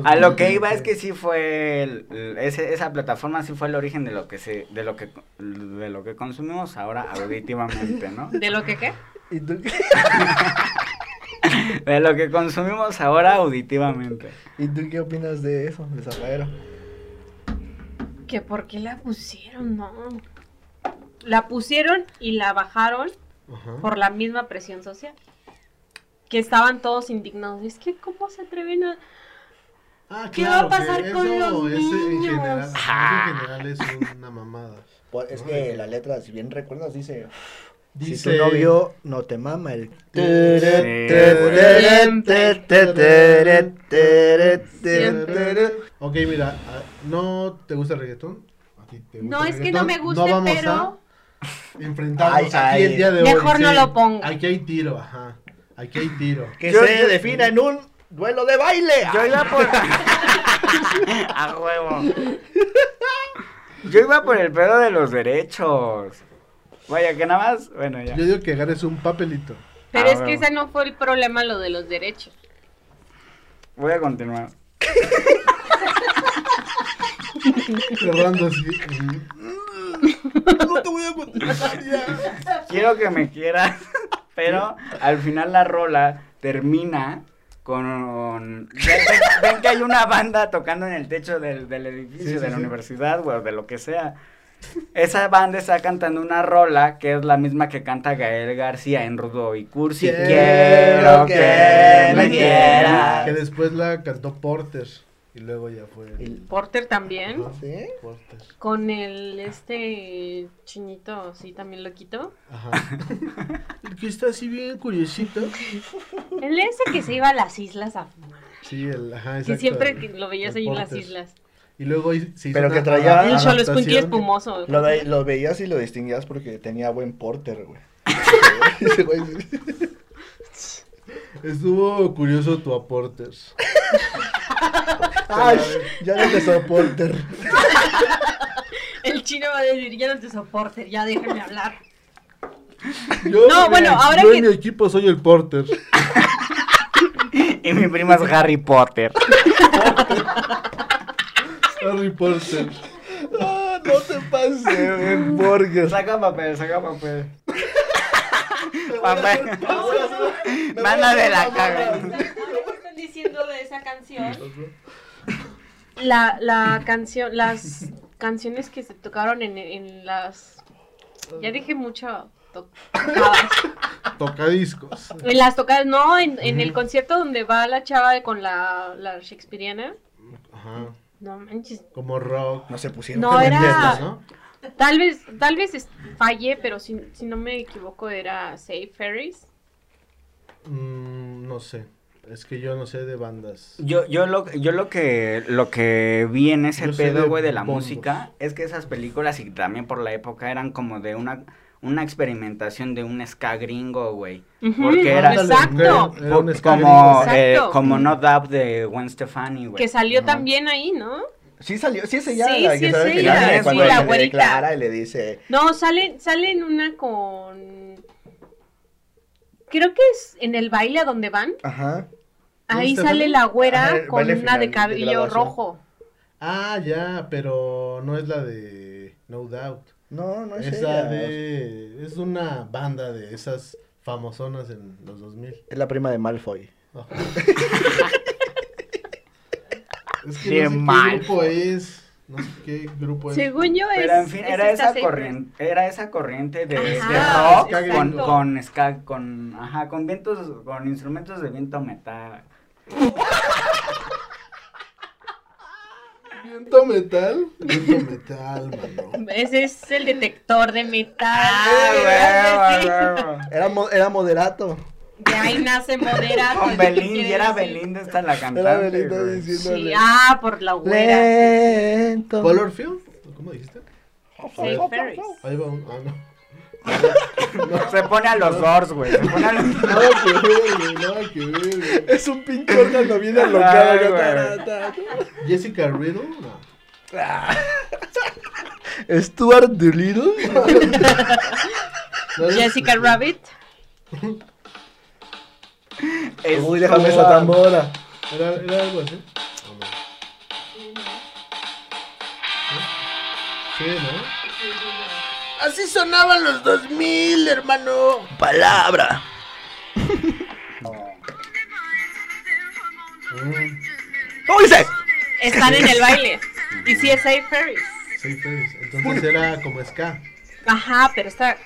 Speaker 3: A lo que iba es que sí fue el- el- ese- esa plataforma sí fue el origen de lo que se de lo que de lo que consumimos ahora auditivamente, ¿no?
Speaker 1: ¿De lo que qué?
Speaker 4: ¿Y tú, qué-
Speaker 3: De lo que consumimos ahora auditivamente.
Speaker 4: y tú qué opinas de eso, de Zafaera?
Speaker 1: Que por qué la pusieron, no. La pusieron y la bajaron
Speaker 2: Ajá.
Speaker 1: por la misma presión social. Que estaban todos indignados. Es que, ¿cómo se atreven a.?
Speaker 2: Ah,
Speaker 1: ¿Qué va a
Speaker 2: claro,
Speaker 1: pasar
Speaker 2: que
Speaker 1: con
Speaker 2: eso
Speaker 1: los
Speaker 2: es, En
Speaker 1: niños?
Speaker 2: general, eso en
Speaker 4: Ah.
Speaker 2: general es una mamada.
Speaker 4: Por- Pues, es que la letra, si bien recuerdas, dice...
Speaker 2: Dice-
Speaker 4: Si tu novio no te mama el...
Speaker 2: Ok, mira, ah, ¿no te gusta el reggaetón? ¿A ti te gusta
Speaker 1: No,
Speaker 2: el
Speaker 1: es que no
Speaker 2: reggaetón?
Speaker 1: me gusta,
Speaker 2: No vamos
Speaker 1: pero.
Speaker 2: a enfrentarnos
Speaker 4: Ay,
Speaker 2: aquí
Speaker 4: ay.
Speaker 2: el día de hoy.
Speaker 1: Mejor no lo ponga.
Speaker 2: Aquí hay tiro, ajá. Aquí hay tiro.
Speaker 4: Que
Speaker 3: Yo-
Speaker 4: se
Speaker 3: yo-
Speaker 4: defina en un duelo de baile.
Speaker 3: Yo iba por a huevo. Yo iba por el pedo de los derechos. Vaya, que nada más, bueno, ya.
Speaker 2: Yo digo que agarres un papelito.
Speaker 1: Pero
Speaker 3: Ah,
Speaker 1: es que
Speaker 3: bueno.
Speaker 1: ese no fue el problema, lo de los derechos.
Speaker 3: Voy a continuar.
Speaker 2: Cerrando así. ujú.
Speaker 4: no te voy a contestar ya.
Speaker 3: Quiero que me quieras, pero al final la rola termina con... Ven, ven- ven que hay una banda tocando en el techo del, del edificio,
Speaker 2: Sí, sí,
Speaker 3: de la
Speaker 2: sí.
Speaker 3: universidad, güey, de lo que sea. Esa banda está cantando una rola que es la misma que canta Gael García en Rudo y Cursi.
Speaker 2: Quiero
Speaker 3: Quiero que
Speaker 4: que
Speaker 3: me
Speaker 4: me
Speaker 3: quieras.
Speaker 2: Que después la cantó Porter. Y luego ya fue.
Speaker 4: El-
Speaker 1: Porter también.
Speaker 2: Ajá,
Speaker 4: Ah. ¿Sí?
Speaker 2: Porter.
Speaker 1: Con el este chinito, sí, también lo quitó.
Speaker 2: Ajá. El que está así bien curiosito.
Speaker 1: El ese que se iba a las islas a fumar.
Speaker 2: Sí, el, ajá,
Speaker 1: Que
Speaker 2: exacto.
Speaker 1: siempre
Speaker 2: el-
Speaker 1: que lo veías
Speaker 2: el
Speaker 1: ahí en las
Speaker 2: Porter.
Speaker 1: islas.
Speaker 2: Y luego hi- se hizo
Speaker 4: Pero
Speaker 2: una
Speaker 4: que traía- Ah,
Speaker 1: el cholo
Speaker 2: adaptación.
Speaker 1: escuincle espumoso.
Speaker 4: Lo, ve- lo veías y lo distinguías porque tenía buen porter, güey. Ese güey sí.
Speaker 2: Estuvo curioso tu aporte.
Speaker 4: Ay, ya no te soporter.
Speaker 1: El chino va a decir, ya no te soporte, ya déjame hablar.
Speaker 2: Yo,
Speaker 1: No, bueno, ahora
Speaker 2: yo
Speaker 1: que-
Speaker 2: en mi equipo soy el porter.
Speaker 3: Y mi prima es Harry Potter.
Speaker 2: Harry Potter.
Speaker 4: Ah, no te pases de Borges.
Speaker 3: Saca papel, saca papel.
Speaker 4: Manda
Speaker 3: Mándame
Speaker 4: de
Speaker 3: la
Speaker 1: Ahora
Speaker 3: caga.
Speaker 1: que están diciendo de esa canción. La, la canción, las canciones que se tocaron en, en las. Ya dije mucho. to- tocadas.
Speaker 2: Tocadiscos.
Speaker 1: En las tocadas, no, en, en el concierto donde va la chava con la, la shakespeariana.
Speaker 2: Ajá.
Speaker 1: No manches.
Speaker 2: Como rock.
Speaker 4: No se pusieron.
Speaker 1: No, era.
Speaker 2: Fiestas, ¿no?
Speaker 1: Tal vez, tal vez es- fallé, pero si, si no me equivoco era Safe Ferries.
Speaker 2: Mm, no sé. Es que yo no sé de bandas.
Speaker 3: Yo, yo lo, yo lo que lo que vi en ese
Speaker 2: Yo sé
Speaker 3: pedo,
Speaker 2: de
Speaker 3: güey, de la
Speaker 2: bombos.
Speaker 3: música, es que esas películas y también por la época eran como de una, una experimentación de un ska gringo, güey.
Speaker 1: Ujú,
Speaker 3: Porque era-
Speaker 1: Exacto.
Speaker 2: Era un
Speaker 3: Po-
Speaker 2: ska
Speaker 3: como,
Speaker 1: gringo.
Speaker 3: eh,
Speaker 1: Exacto.
Speaker 3: como No Doubt de Gwen Stefani, güey.
Speaker 1: Que salió
Speaker 4: Ajá.
Speaker 1: también ahí, ¿no?
Speaker 4: Sí salió, sí es ella
Speaker 1: Sí,
Speaker 4: la
Speaker 1: sí
Speaker 4: que
Speaker 1: es
Speaker 4: sabe que
Speaker 3: ella,
Speaker 4: la-
Speaker 3: sí,
Speaker 4: cuando
Speaker 3: la
Speaker 4: se le
Speaker 1: abuelita.
Speaker 4: declara y le dice,
Speaker 1: No, sale, sale en una con. Creo que es en el baile a donde van.
Speaker 4: ajá.
Speaker 1: Ahí
Speaker 2: ¿Dónde está
Speaker 1: sale
Speaker 2: el-
Speaker 1: la
Speaker 4: Ajá,
Speaker 1: güera
Speaker 4: Ah, el
Speaker 1: con
Speaker 4: baile
Speaker 1: una de
Speaker 4: final de
Speaker 1: cabello
Speaker 4: graduación.
Speaker 1: rojo.
Speaker 2: Ah, ya, pero no es la de No Doubt.
Speaker 4: No,
Speaker 1: Ah,
Speaker 4: no es
Speaker 2: es la
Speaker 4: ella.
Speaker 2: de. Es una banda de esas famosonas en los 2000.
Speaker 4: Es la prima de Malfoy.
Speaker 2: Ajá. es que
Speaker 3: Qué
Speaker 2: no sé
Speaker 3: mal.
Speaker 2: qué grupo es. No sé qué grupo es.
Speaker 1: Según yo es.
Speaker 3: Pues, Pero en fin,
Speaker 1: es
Speaker 3: era
Speaker 1: esta
Speaker 3: esa,
Speaker 1: serie.
Speaker 3: corriente, era esa corriente de, de
Speaker 1: Ajá,
Speaker 3: rock
Speaker 2: exacto.
Speaker 3: con, con ska, con, ajá, con vientos, con instrumentos de viento metal.
Speaker 2: Viento metal. Viento metal, mano.
Speaker 1: Ese es el detector de metal.
Speaker 3: Ah,
Speaker 1: Sí.
Speaker 3: huevo, huevo.
Speaker 4: Era, mo- era moderato.
Speaker 1: De ahí nace moderato.
Speaker 3: Con
Speaker 1: ¿qué
Speaker 3: Belinda,
Speaker 1: quiere
Speaker 3: y era
Speaker 1: decir?
Speaker 3: Belinda esta la cantante.
Speaker 4: Era Belinda
Speaker 3: güey.
Speaker 4: diciéndole.
Speaker 1: Sí, ah, por la güera.
Speaker 4: Lento.
Speaker 2: Paul Orfield, ¿Cómo dijiste?
Speaker 1: Safe Ferris.
Speaker 2: Ahí va un. Ah, no.
Speaker 3: Se pone a los doors, güey. Se pone a los
Speaker 2: Nada que ver, güey, nada que ver, güey.
Speaker 4: Es un pinche órgano bien
Speaker 3: Ay,
Speaker 4: alocado.
Speaker 3: güey.
Speaker 4: ta, ta, ta.
Speaker 2: Jessica Riddle, no.
Speaker 4: Stuart Doolittle.
Speaker 2: No, no,
Speaker 1: Jessica
Speaker 2: no.
Speaker 1: Rabbit.
Speaker 4: Uy, déjame esa tambora.
Speaker 2: Era, era algo así. ¿O no? Sí, ¿no?
Speaker 4: Así sonaban los 2000, hermano. Palabra.
Speaker 2: Mm,
Speaker 4: ¿Cómo dice?
Speaker 1: Están en el baile. Y sí es Safe Ferris.
Speaker 2: sí, pues. Entonces era como ska.
Speaker 1: Ajá, pero está.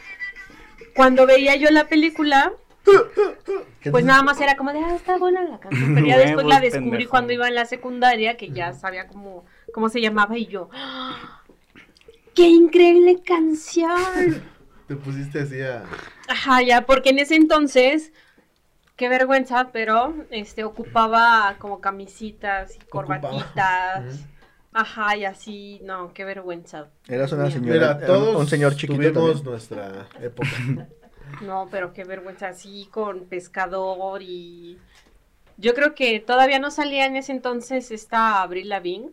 Speaker 1: Cuando veía yo la película, pues nada más era como de, ah, está buena la canción. Pero ya después la
Speaker 3: Huevos,
Speaker 1: descubrí
Speaker 3: pendejo.
Speaker 1: cuando iba en la secundaria, que ya sabía cómo, cómo se llamaba, y yo, ¡ah! ¡qué increíble canción!
Speaker 2: Te pusiste así a.
Speaker 1: Ajá, ya, porque en ese entonces, qué vergüenza, pero este ocupaba como camisitas y
Speaker 2: Ocupaba.
Speaker 1: corbatitas.
Speaker 2: Ujú.
Speaker 1: Ajá, y así, no, qué vergüenza.
Speaker 4: Eras una
Speaker 1: Mira,
Speaker 4: señora.
Speaker 2: Mira,
Speaker 4: era
Speaker 2: todos
Speaker 4: un señor chiquito.
Speaker 2: tuvimos
Speaker 4: también.
Speaker 2: nuestra época.
Speaker 1: No, pero qué vergüenza, así con pescador y... Yo creo que todavía no salía en ese entonces esta Abril Lavigne,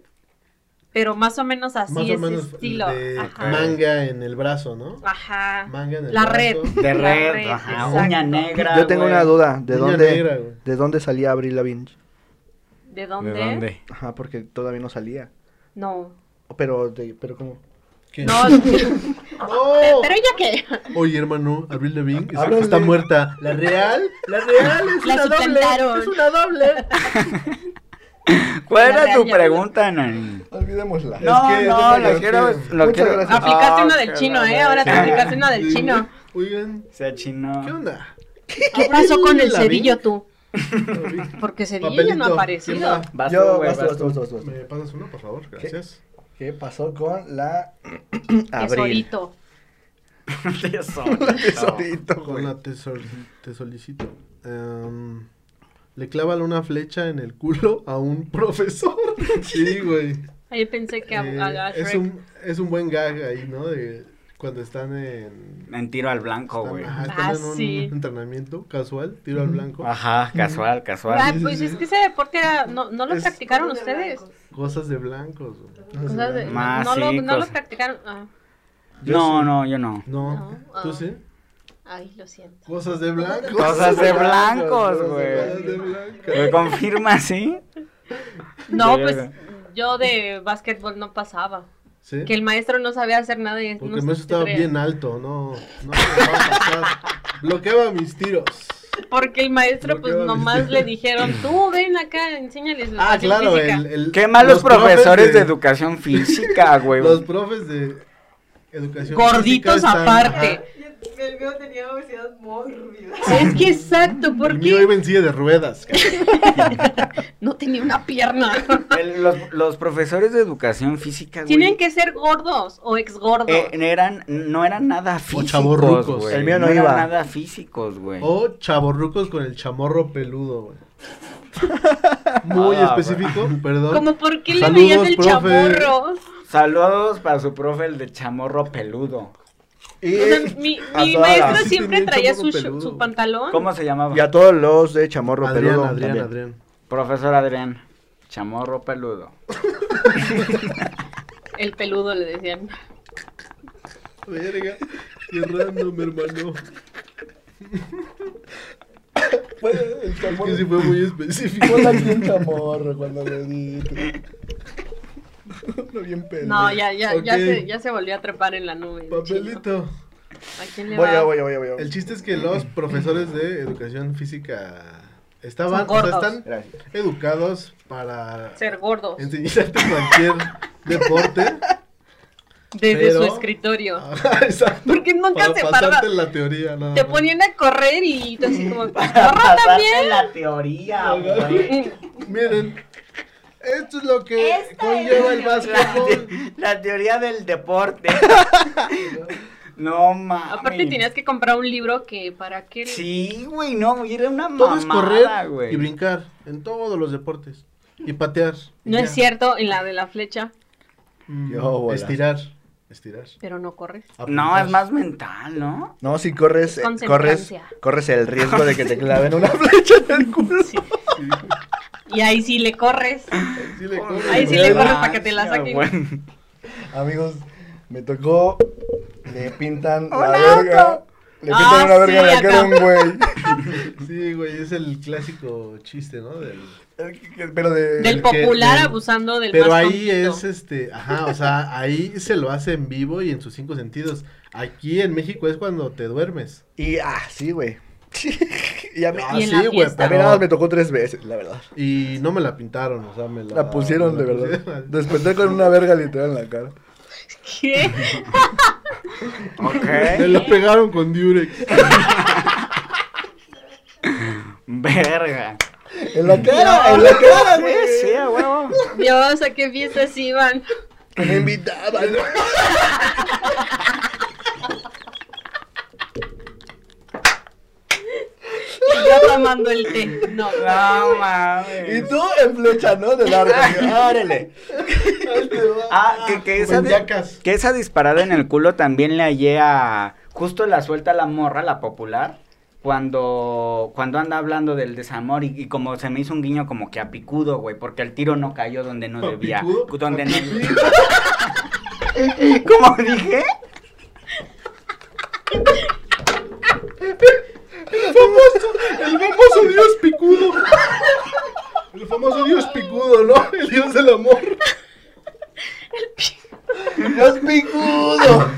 Speaker 1: pero más o menos así
Speaker 2: Más
Speaker 1: ese
Speaker 2: o menos
Speaker 1: estilo.
Speaker 2: de
Speaker 1: Ajá.
Speaker 2: manga en el brazo, ¿no?
Speaker 1: Ajá.
Speaker 2: Manga en el
Speaker 1: La
Speaker 2: brazo.
Speaker 1: red. La
Speaker 3: De red,
Speaker 1: red,
Speaker 3: ajá,
Speaker 1: exacto.
Speaker 3: uña negra.
Speaker 4: Yo tengo
Speaker 3: güey.
Speaker 4: una duda. ¿De
Speaker 2: Niña
Speaker 4: dónde,
Speaker 2: negra, güey.
Speaker 4: ¿De dónde salía Abril Lavigne?
Speaker 1: ¿De dónde?
Speaker 4: Ajá, porque todavía no salía.
Speaker 1: No.
Speaker 4: Pero, de, pero ¿cómo?
Speaker 2: ¿Qué?
Speaker 1: No,
Speaker 2: ¡No!
Speaker 1: pero ella qué.
Speaker 2: Oye, hermano, Abril Lavigne es-
Speaker 4: Háblale.
Speaker 2: está muerta. La real, la real es
Speaker 1: La
Speaker 2: una doble.
Speaker 1: suplantaron.
Speaker 2: Es una doble.
Speaker 3: ¿Cuál era
Speaker 1: La
Speaker 3: tu
Speaker 1: real.
Speaker 3: pregunta, Nani?
Speaker 4: Olvidémosla.
Speaker 3: No,
Speaker 2: que es
Speaker 3: no,
Speaker 2: una
Speaker 3: lo quiero,
Speaker 2: canción.
Speaker 3: lo
Speaker 4: Muchas
Speaker 3: quiero.
Speaker 4: gracias.
Speaker 1: Aplicaste
Speaker 3: Ah,
Speaker 1: una del
Speaker 3: qué
Speaker 1: chino,
Speaker 3: la
Speaker 1: ¿eh? Ahora te
Speaker 2: Ah.
Speaker 3: madre.
Speaker 1: aplicaste una del chino.
Speaker 2: Oigan,
Speaker 3: Se chinó.
Speaker 2: ¿qué onda?
Speaker 1: ¿Qué pasó con el
Speaker 2: Lavigne?
Speaker 1: cerillo tú? Porque cerillo ya no ha
Speaker 2: Papelito, ¿quién
Speaker 1: aparecido.
Speaker 2: va?
Speaker 3: Vas tú,
Speaker 4: Yo,
Speaker 3: güey,
Speaker 4: vas tú,
Speaker 3: vas
Speaker 4: vas tú,
Speaker 3: tú.
Speaker 4: vas tú, vas tú.
Speaker 2: ¿Me pasas uno, por favor? Gracias.
Speaker 4: ¿Qué pasó con la Abril?
Speaker 1: Tesorito.
Speaker 3: Tesorito.
Speaker 4: Tesorito, güey.
Speaker 2: Con la te, sol- te solicito. Em, le clavan una flecha en el culo a un profesor. Sí, güey.
Speaker 1: Ahí pensé que a,
Speaker 2: Eh,
Speaker 1: a la
Speaker 2: es,
Speaker 1: Shrek.
Speaker 2: un, es un buen gag ahí, ¿no? De cuando están en.
Speaker 3: En tiro al blanco, Oh, güey.
Speaker 2: Están, ajá, están
Speaker 1: Ah,
Speaker 2: en un
Speaker 1: sí.
Speaker 2: entrenamiento casual, tiro al blanco.
Speaker 3: Ajá, casual,
Speaker 1: Ah,
Speaker 3: casual.
Speaker 1: pues es que ese deporte era- no, no lo
Speaker 2: Es-
Speaker 1: practicaron ustedes.
Speaker 2: Cosas de blancos. güey.
Speaker 1: Cosas de-
Speaker 3: Más,
Speaker 1: no, lo,
Speaker 3: sí,
Speaker 1: no lo
Speaker 3: cosas.
Speaker 1: practicaron. ah,
Speaker 2: Yo
Speaker 3: No,
Speaker 2: sí.
Speaker 3: no, yo no.
Speaker 2: No.
Speaker 1: No, ah.
Speaker 2: ¿Tú sí?
Speaker 1: Ay, lo siento.
Speaker 2: Cosas de blancos.
Speaker 3: Cosas de blancos, güey.
Speaker 2: Cosas de blancos.
Speaker 3: ¿Me confirma, sí?
Speaker 1: No,
Speaker 3: Verga.
Speaker 1: pues yo de básquetbol no pasaba.
Speaker 2: ¿Sí?
Speaker 1: Que el maestro no sabía hacer nada y
Speaker 2: Porque
Speaker 1: no
Speaker 2: me
Speaker 1: se
Speaker 2: estaba
Speaker 1: crea.
Speaker 2: bien alto, no. No me va a pasar. Bloqueaba mis tiros.
Speaker 1: Porque el maestro, pues
Speaker 2: Bloqueaba mis
Speaker 1: nomás
Speaker 2: tiros.
Speaker 1: le dijeron, tú ven acá, enséñales la
Speaker 2: Ah,
Speaker 1: educación
Speaker 2: claro,
Speaker 1: física".
Speaker 2: el, el-
Speaker 3: Qué malos
Speaker 2: los profes
Speaker 3: profesores de educación física, güey.
Speaker 2: Los profes de educación.
Speaker 1: Gorditos
Speaker 2: física están-
Speaker 1: aparte.
Speaker 2: Ajá.
Speaker 6: El mío tenía obesidad mórbida.
Speaker 1: Es que exacto,
Speaker 2: El
Speaker 1: porque
Speaker 2: mío iba en silla de ruedas. cabrón.
Speaker 1: no tenía una pierna.
Speaker 3: El- los, los profesores de educación física, güey.
Speaker 1: Tienen que ser gordos o exgordos.
Speaker 3: eh, eran, no eran nada físicos,
Speaker 2: chavorrucos.
Speaker 3: güey.
Speaker 4: El mío no
Speaker 3: eran
Speaker 4: iba.
Speaker 3: nada físicos, güey.
Speaker 2: O chaborrucos con el chamorro peludo, güey. Muy
Speaker 3: Ah,
Speaker 2: específico, perdón.
Speaker 1: Como por qué le
Speaker 2: Saludos,
Speaker 1: veías el
Speaker 2: profe.
Speaker 1: chamorro.
Speaker 3: Saludos para su profe, el de chamorro peludo.
Speaker 2: Y-
Speaker 1: O sea, mi
Speaker 4: a
Speaker 1: mi
Speaker 4: todas
Speaker 1: maestro
Speaker 2: las-
Speaker 1: siempre
Speaker 2: Sí, tenía
Speaker 1: traía
Speaker 2: un
Speaker 1: su,
Speaker 2: chamorro
Speaker 1: sh-
Speaker 2: peludo.
Speaker 1: su pantalón.
Speaker 3: ¿Cómo se llamaba?
Speaker 4: Y a todos los de chamorro
Speaker 2: Adrián,
Speaker 4: peludo.
Speaker 2: Adrián,
Speaker 4: también.
Speaker 2: Adrián.
Speaker 3: Profesor Adrián, chamorro peludo.
Speaker 1: El peludo le decían.
Speaker 2: Verga, qué random, hermano.
Speaker 4: el
Speaker 2: Es que sí fue muy específico.
Speaker 4: Ponle aquí un chamorro cuando le edite. Lo bien pendejo.
Speaker 1: No, ya, ya, ya,
Speaker 2: Ok.
Speaker 1: se, ya se volvió a trepar en la nube. Chino.
Speaker 2: Papelito.
Speaker 1: ¿A quién le
Speaker 4: Voy
Speaker 1: va?
Speaker 4: yo, voy yo, voy yo, voy yo.
Speaker 2: El chiste es que los profesores de educación física estaban,
Speaker 1: Son
Speaker 2: o sea,
Speaker 1: gordos.
Speaker 2: están
Speaker 4: Gracias.
Speaker 2: educados para
Speaker 1: Ser gordos.
Speaker 2: enseñarte cualquier deporte.
Speaker 1: Desde
Speaker 2: pero-
Speaker 1: su escritorio.
Speaker 2: Ah. Exacto.
Speaker 1: Porque nunca
Speaker 2: para
Speaker 1: se
Speaker 2: pasarte
Speaker 1: paraba.
Speaker 2: la teoría, nada
Speaker 1: Te
Speaker 2: más.
Speaker 1: ponían a correr y tú así como, ¡corra también!
Speaker 3: la teoría,
Speaker 2: Miren, esto es lo que conlleva el básquetbol.
Speaker 3: La teoría del deporte. no mames.
Speaker 1: Aparte tenías que comprar un libro que para qué...
Speaker 3: Sí, güey, no, güey, era una
Speaker 2: Todo es
Speaker 3: mamada,
Speaker 2: correr
Speaker 3: güey.
Speaker 2: y brincar en todos los deportes. Y patear. y
Speaker 1: No
Speaker 2: ya.
Speaker 1: es cierto en la de la flecha,
Speaker 2: Mm,
Speaker 4: Yo, bola.
Speaker 2: estirar. Estirar.
Speaker 1: pero no corres.
Speaker 3: No,
Speaker 2: apuntar.
Speaker 3: es más mental, ¿no?
Speaker 4: No, si corres, eh, corres,
Speaker 1: Concentrancia.
Speaker 4: corres el riesgo de que te claven una flecha en el culo.
Speaker 1: Y ahí sí le corres.
Speaker 2: Ahí sí le corres,
Speaker 1: Ahí sí
Speaker 2: güey.
Speaker 1: le corres para que te la
Speaker 3: Gracias,
Speaker 1: saquen.
Speaker 3: güey.
Speaker 4: Amigos, me tocó. Le pintan la
Speaker 3: auto.
Speaker 4: verga. Le pintan
Speaker 1: Ah,
Speaker 4: una verga
Speaker 1: sí,
Speaker 4: de acá a un
Speaker 1: acá.
Speaker 4: güey.
Speaker 2: Sí, güey, es el clásico chiste, ¿no? Del-
Speaker 4: El- Pero de.
Speaker 1: Del
Speaker 2: que-
Speaker 1: popular
Speaker 2: del-
Speaker 1: abusando del
Speaker 2: Pero
Speaker 1: más
Speaker 2: ahí
Speaker 1: tontito.
Speaker 2: es este, ajá, o sea, ahí se lo hace en vivo y en sus cinco sentidos. Aquí en México es cuando te duermes.
Speaker 4: Y ah, sí, güey. y a mí,
Speaker 2: Ah,
Speaker 1: Y en la
Speaker 2: sí, güey,
Speaker 1: fiesta.
Speaker 4: a mí nada
Speaker 2: pero-
Speaker 4: más me tocó tres veces, la verdad.
Speaker 2: Y no me la pintaron, o sea, me la,
Speaker 4: La pusieron
Speaker 2: me
Speaker 4: de
Speaker 2: la
Speaker 4: verdad.
Speaker 2: pusieron.
Speaker 4: Desperté con una verga literal en la cara.
Speaker 1: ¿Qué?
Speaker 2: Me
Speaker 3: Ok.
Speaker 2: la pegaron con Durex.
Speaker 3: Verga.
Speaker 4: En la cara, en la cara,
Speaker 3: Sí,
Speaker 4: güey.
Speaker 3: sí, a huevo.
Speaker 1: Dios, ¿a qué fiestas iban?
Speaker 4: Que me invitaban.
Speaker 1: Y yo tomando el té. No.
Speaker 3: No
Speaker 4: Y
Speaker 3: mames.
Speaker 4: tú en flecha, ¿no? De largo. Árele.
Speaker 3: Ah, que, que esa,
Speaker 2: Con
Speaker 3: di-
Speaker 2: yacas.
Speaker 3: que esa disparada en el culo también le hallé a. Justo la suelta la morra, la popular. Cuando, cuando anda hablando del desamor y, y como se me hizo un guiño como que a picudo, güey, porque el tiro no cayó donde no debía.
Speaker 2: ¿Picudo?
Speaker 3: Donde no... ¿Cómo dije?
Speaker 2: El famoso dios picudo. El famoso dios picudo, ¿no? El dios del amor.
Speaker 4: Dios picudo.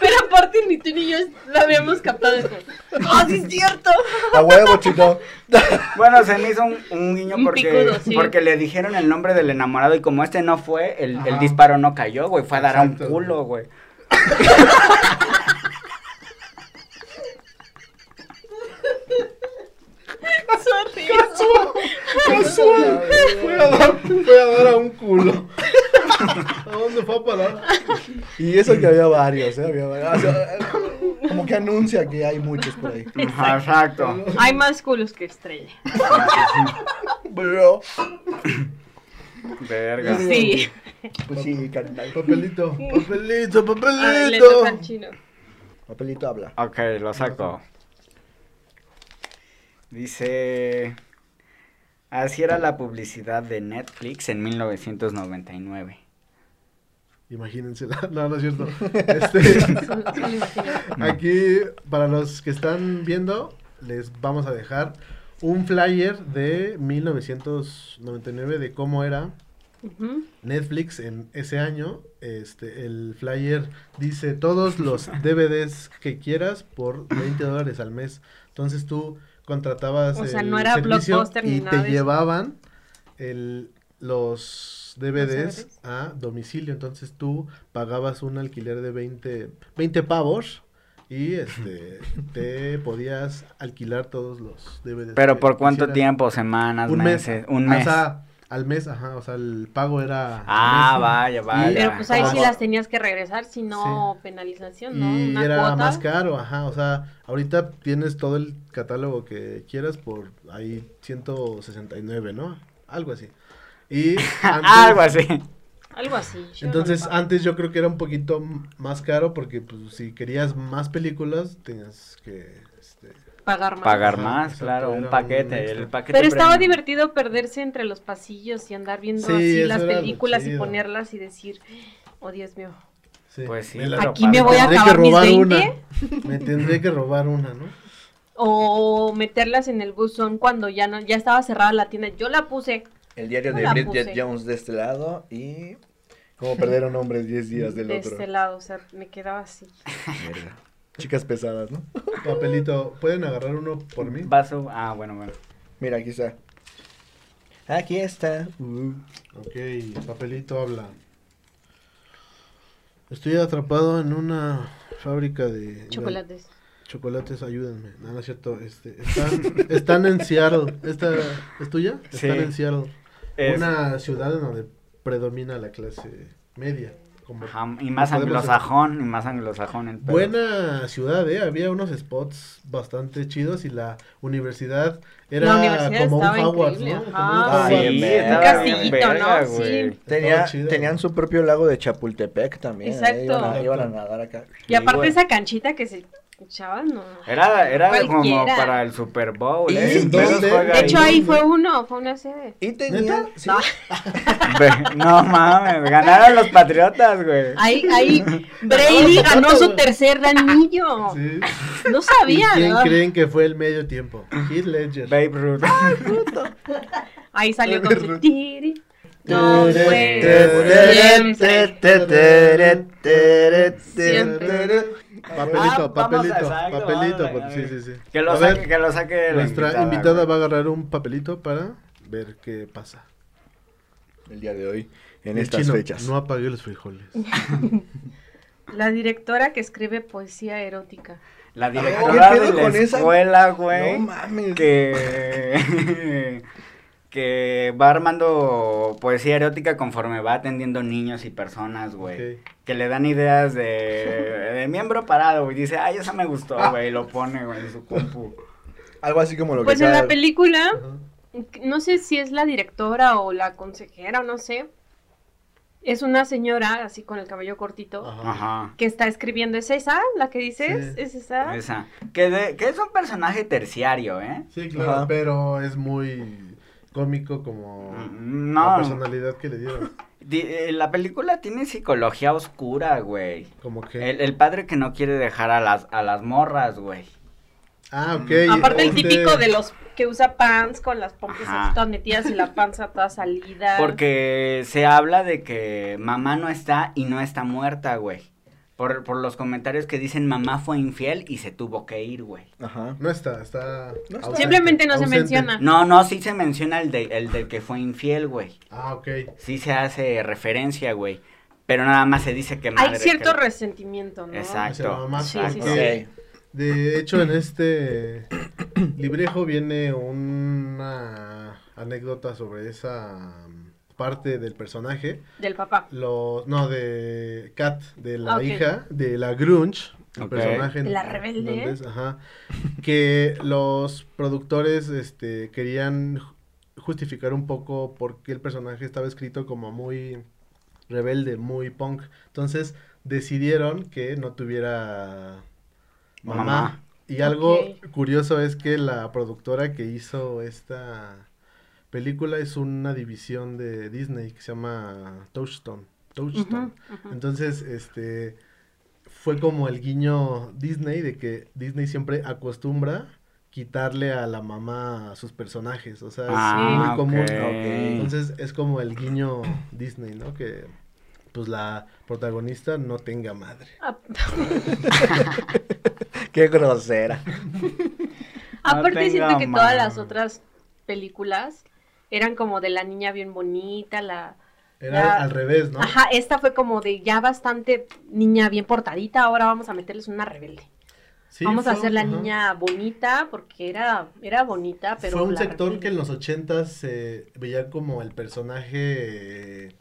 Speaker 1: Pero aparte ni tú ni yo la habíamos captado esto. ¡Ah, sí es cierto!
Speaker 4: A huevo, chito.
Speaker 3: Bueno, se me hizo un, un guiño
Speaker 1: Un
Speaker 3: porque,
Speaker 1: picudo, sí.
Speaker 3: porque le dijeron el nombre del enamorado y como este no fue, el, el
Speaker 2: Ajá.
Speaker 3: disparo no cayó, güey, fue a dar a un
Speaker 2: Exacto.
Speaker 3: culo, güey.
Speaker 1: Sorry.
Speaker 2: Casual. Fue a dar, fue a, dar a un culo. ¿A dónde fue a parar?
Speaker 4: Y eso que había varios, ¿eh? Había varios. O sea, como que anuncia que hay muchos por ahí.
Speaker 3: Ajá, Exacto.
Speaker 1: Hay más culos que estrella.
Speaker 4: Bro.
Speaker 3: Verga.
Speaker 1: Sí.
Speaker 4: Pues sí, carnal.
Speaker 2: Papelito, papelito,
Speaker 1: Ah, le toca al
Speaker 2: papelito.
Speaker 1: chino.
Speaker 4: Papelito habla.
Speaker 3: Ok, lo saco. Dice... Así era la publicidad de Netflix en 1999.
Speaker 2: Imagínense, no, no es cierto. Este,
Speaker 1: Solo- solo imagínate.
Speaker 2: Aquí, para los que están viendo, les vamos a dejar un flyer de 1999 de cómo era
Speaker 1: Ujú.
Speaker 2: Netflix en ese año. Este, el flyer dice todos los DVDs que quieras por 20 dólares al mes. Entonces tú contratabas
Speaker 1: O sea,
Speaker 2: el
Speaker 1: no era
Speaker 2: servicio
Speaker 1: Blockbuster ni
Speaker 2: y
Speaker 1: nada de
Speaker 2: te
Speaker 1: eso.
Speaker 2: llevaban el, los DVDs
Speaker 1: DVDs.
Speaker 2: a domicilio. Entonces tú pagabas un alquiler de 20, 20 pavos. Y este, te podías alquilar todos los DVDs.
Speaker 3: Pero
Speaker 2: que
Speaker 3: por cuánto
Speaker 2: quisieras
Speaker 3: tiempo, semanas, meses, un mes.
Speaker 2: Ah, o sea, al mes, ajá, o sea, el pago era... al
Speaker 3: Ah,
Speaker 2: mes.
Speaker 3: vaya, vaya.
Speaker 1: Pero pues ahí sí
Speaker 2: Como-
Speaker 1: las tenías que regresar, si no penalización, ¿no?
Speaker 2: Y
Speaker 1: Una
Speaker 2: era
Speaker 1: cuota.
Speaker 2: más caro, ajá, o sea, ahorita tienes todo el catálogo que quieras por ahí 169, ¿no? Algo así. Y antes-
Speaker 3: Algo así.
Speaker 1: Algo así. yo no
Speaker 2: Entonces,
Speaker 1: lo pago.
Speaker 2: antes yo creo que era un poquito m- más caro porque pues, si querías más películas tenías que... este,
Speaker 1: pagar más.
Speaker 3: Pagar
Speaker 2: Ajá,
Speaker 3: más,
Speaker 2: exacto,
Speaker 3: claro,
Speaker 2: era
Speaker 3: un
Speaker 2: un
Speaker 3: paquete,
Speaker 2: extra.
Speaker 3: el paquete.
Speaker 1: Pero estaba
Speaker 3: premium.
Speaker 1: divertido perderse entre los pasillos y andar viendo
Speaker 2: Sí,
Speaker 1: así
Speaker 2: eso
Speaker 1: las
Speaker 2: era lo
Speaker 1: películas y
Speaker 2: chido.
Speaker 1: ponerlas y decir, oh Dios mío,
Speaker 2: sí,
Speaker 3: Pues sí,
Speaker 2: me la-
Speaker 3: Pero
Speaker 1: aquí
Speaker 3: para-
Speaker 1: me voy a
Speaker 2: tendré que
Speaker 1: acabar mis
Speaker 2: robar
Speaker 1: 20
Speaker 2: una. Me tendré que robar una, ¿no?
Speaker 1: o meterlas en el buzón cuando ya no ya estaba cerrada la tienda. Yo la puse.
Speaker 4: El diario
Speaker 1: No
Speaker 4: de
Speaker 1: la
Speaker 4: Bridget
Speaker 1: puse.
Speaker 4: Jones de este lado y. Cómo perder a un hombre en 10 días del
Speaker 1: de
Speaker 4: otro.
Speaker 1: este lado, o sea, me quedaba así.
Speaker 4: Verga. Chicas pesadas, ¿no?
Speaker 2: Papelito, ¿pueden agarrar uno por mí?
Speaker 3: Vaso- Ah, bueno, bueno.
Speaker 4: Mira, aquí está. Aquí está. Uh.
Speaker 2: Ok, el papelito habla. Estoy atrapado en una fábrica de gal-
Speaker 1: Chocolates.
Speaker 2: chocolates, ayúdenme. No, no es cierto. Este, están, están en Seattle. Esta, ¿Es tuya?
Speaker 3: Sí.
Speaker 2: Están en Seattle.
Speaker 3: Es-
Speaker 2: Una ciudad en donde predomina la clase media. Como
Speaker 3: Ajá, y más
Speaker 2: Podemos-
Speaker 3: anglosajón, y más anglosajón el pedo.
Speaker 2: Buena ciudad, ¿eh? Había unos spots bastante chidos y la universidad era
Speaker 1: La universidad
Speaker 2: como un
Speaker 1: estaba
Speaker 2: Hogwarts,
Speaker 1: increíble,
Speaker 2: ¿no? Como un
Speaker 1: ajá.
Speaker 2: Hogwarts.
Speaker 4: Ay,
Speaker 3: Sí,
Speaker 4: verga,
Speaker 3: estaba
Speaker 1: Castillito,
Speaker 3: Ah, bien verga,
Speaker 1: ¿no?
Speaker 3: güey.
Speaker 1: Sí.
Speaker 4: Tenía,
Speaker 2: Estaba chido.
Speaker 4: tenían su propio lago de Chapultepec también. ¿eh?
Speaker 1: Exacto.
Speaker 4: Iban, a, iban a
Speaker 2: Exacto.
Speaker 4: nadar acá.
Speaker 1: Y aparte
Speaker 3: güey.
Speaker 1: esa canchita que se echaba, no.
Speaker 3: Era, era como
Speaker 1: Cualquiera.
Speaker 3: para el Super Bowl,
Speaker 4: ¿Y
Speaker 3: ¿eh? Sin
Speaker 2: dónde?
Speaker 3: pedos juega
Speaker 1: De hecho
Speaker 2: ahí.
Speaker 1: ahí fue uno, fue una sede.
Speaker 4: Y tenían. sí,
Speaker 1: Ah.
Speaker 3: Ve- No mames, ganaron los Patriotas, güey.
Speaker 1: Ahí, ahí Brady ganó su tercer anillo.
Speaker 2: Sí.
Speaker 1: No
Speaker 2: ¿Y
Speaker 1: sabía,
Speaker 2: quién
Speaker 1: ¿no?
Speaker 2: creen que fue el medio tiempo? Heath Ledger.
Speaker 3: Babe Ruth.
Speaker 1: Ahí salió con su tiri. No,
Speaker 2: Tere,
Speaker 4: Eh,
Speaker 1: güey.
Speaker 2: tere,
Speaker 1: Siempre.
Speaker 2: Papelito,
Speaker 3: Ah, vamos a-
Speaker 2: papelito,
Speaker 3: exacto,
Speaker 2: papelito,
Speaker 3: vamos a-
Speaker 2: papel- sí, sí, sí.
Speaker 3: Que lo
Speaker 2: A
Speaker 3: saque,
Speaker 2: ver,
Speaker 3: que lo saque. la
Speaker 2: nuestra invitada,
Speaker 3: güey.
Speaker 2: va a agarrar un papelito para ver qué pasa.
Speaker 4: El día de hoy, en
Speaker 2: El
Speaker 4: estas
Speaker 2: chino,
Speaker 4: fechas.
Speaker 2: No apagué los frijoles.
Speaker 1: La directora que escribe poesía erótica.
Speaker 3: La
Speaker 4: ¿qué
Speaker 3: directora
Speaker 4: pedo
Speaker 3: de la
Speaker 4: con esa?
Speaker 3: escuela, güey.
Speaker 4: No mames.
Speaker 3: que que va armando poesía erótica conforme va atendiendo niños y personas, güey.
Speaker 2: Ok.
Speaker 3: Que le dan ideas de, de miembro parado, güey. Dice, ay, esa me gustó, güey. Y lo pone, güey, en su compu.
Speaker 4: Algo así como lo
Speaker 1: Pues
Speaker 4: que
Speaker 1: en la
Speaker 4: acaba-
Speaker 1: película,
Speaker 2: Ajá.
Speaker 1: no sé si es la directora o la consejera o no sé. Es una señora así con el cabello cortito
Speaker 2: Ajá.
Speaker 3: Ajá.
Speaker 1: que está escribiendo. ¿Es esa la que dices?
Speaker 2: Sí.
Speaker 1: ¿Es esa?
Speaker 3: Esa. Que, de- que es un personaje terciario, ¿eh?
Speaker 2: Sí, claro,
Speaker 4: Ajá.
Speaker 2: pero es muy cómico como la
Speaker 3: Mm, No.
Speaker 2: personalidad que le dieron.
Speaker 3: Di- eh, la película tiene psicología oscura, güey.
Speaker 2: Como que...
Speaker 3: El, el padre que no quiere dejar a las, a las morras, güey.
Speaker 2: Ah, ok.
Speaker 1: Aparte el
Speaker 2: este-
Speaker 1: típico de los que usa pants con las pompas
Speaker 3: Ajá.
Speaker 1: así todas metidas y la panza toda salida.
Speaker 3: Porque se habla de que mamá no está y no está muerta, güey. Por, por los comentarios que dicen mamá fue infiel y se tuvo que ir, güey.
Speaker 4: Ajá.
Speaker 2: No está, está...
Speaker 4: No está.
Speaker 2: ausente,
Speaker 1: Simplemente no se
Speaker 2: ausente.
Speaker 1: menciona.
Speaker 3: No, no, sí se menciona el, de, el del que fue infiel, güey.
Speaker 2: Ah, ok.
Speaker 3: Sí se hace referencia, güey. Pero nada más se dice que madre
Speaker 1: Hay cierto
Speaker 3: que-
Speaker 1: resentimiento, ¿no?
Speaker 3: Exacto.
Speaker 2: Hacia la mamá.
Speaker 1: Sí, sí,
Speaker 2: Ok.
Speaker 1: sí.
Speaker 4: Ok.
Speaker 2: De hecho, en este librejo viene una anécdota sobre esa mm, parte del personaje.
Speaker 1: Del papá.
Speaker 2: Los, no, de Kat, de la
Speaker 1: Ah, ok.
Speaker 2: hija, de la Grunge, el
Speaker 3: Ok.
Speaker 2: personaje.
Speaker 1: De la
Speaker 2: en-
Speaker 1: rebelde.
Speaker 2: irlandés, ajá, que los productores este, querían ju- justificar un poco por qué el personaje estaba escrito como muy rebelde, muy punk. Entonces decidieron que no tuviera mamá.
Speaker 3: Mamá.
Speaker 2: Y algo
Speaker 1: Ok.
Speaker 2: curioso es que la productora que hizo esta película es una división de Disney que se llama Touchstone. Touchstone. Entonces, este fue como el guiño Disney de que Disney siempre acostumbra quitarle a la mamá a sus personajes, o sea, es
Speaker 3: Ah,
Speaker 2: muy común.
Speaker 3: ok.
Speaker 2: ¿no? Entonces, es como el guiño Disney, ¿no? Que pues la protagonista no tenga madre.
Speaker 1: A-
Speaker 4: Qué grosera.
Speaker 1: Aparte siento
Speaker 3: tenga
Speaker 1: que todas
Speaker 3: madre.
Speaker 1: las otras películas eran como de la niña bien bonita, la...
Speaker 2: Era
Speaker 1: Ya.
Speaker 2: al revés, ¿no?
Speaker 1: Ajá, esta fue como de ya bastante niña bien portadita, ahora vamos a meterles una rebelde.
Speaker 2: Sí,
Speaker 1: vamos a
Speaker 2: fue-
Speaker 1: hacer la
Speaker 2: ajá.
Speaker 1: niña bonita porque era, era bonita, pero...
Speaker 2: Fue un
Speaker 1: la
Speaker 2: sector
Speaker 1: rebelde.
Speaker 2: que en los ochentas se veía como el personaje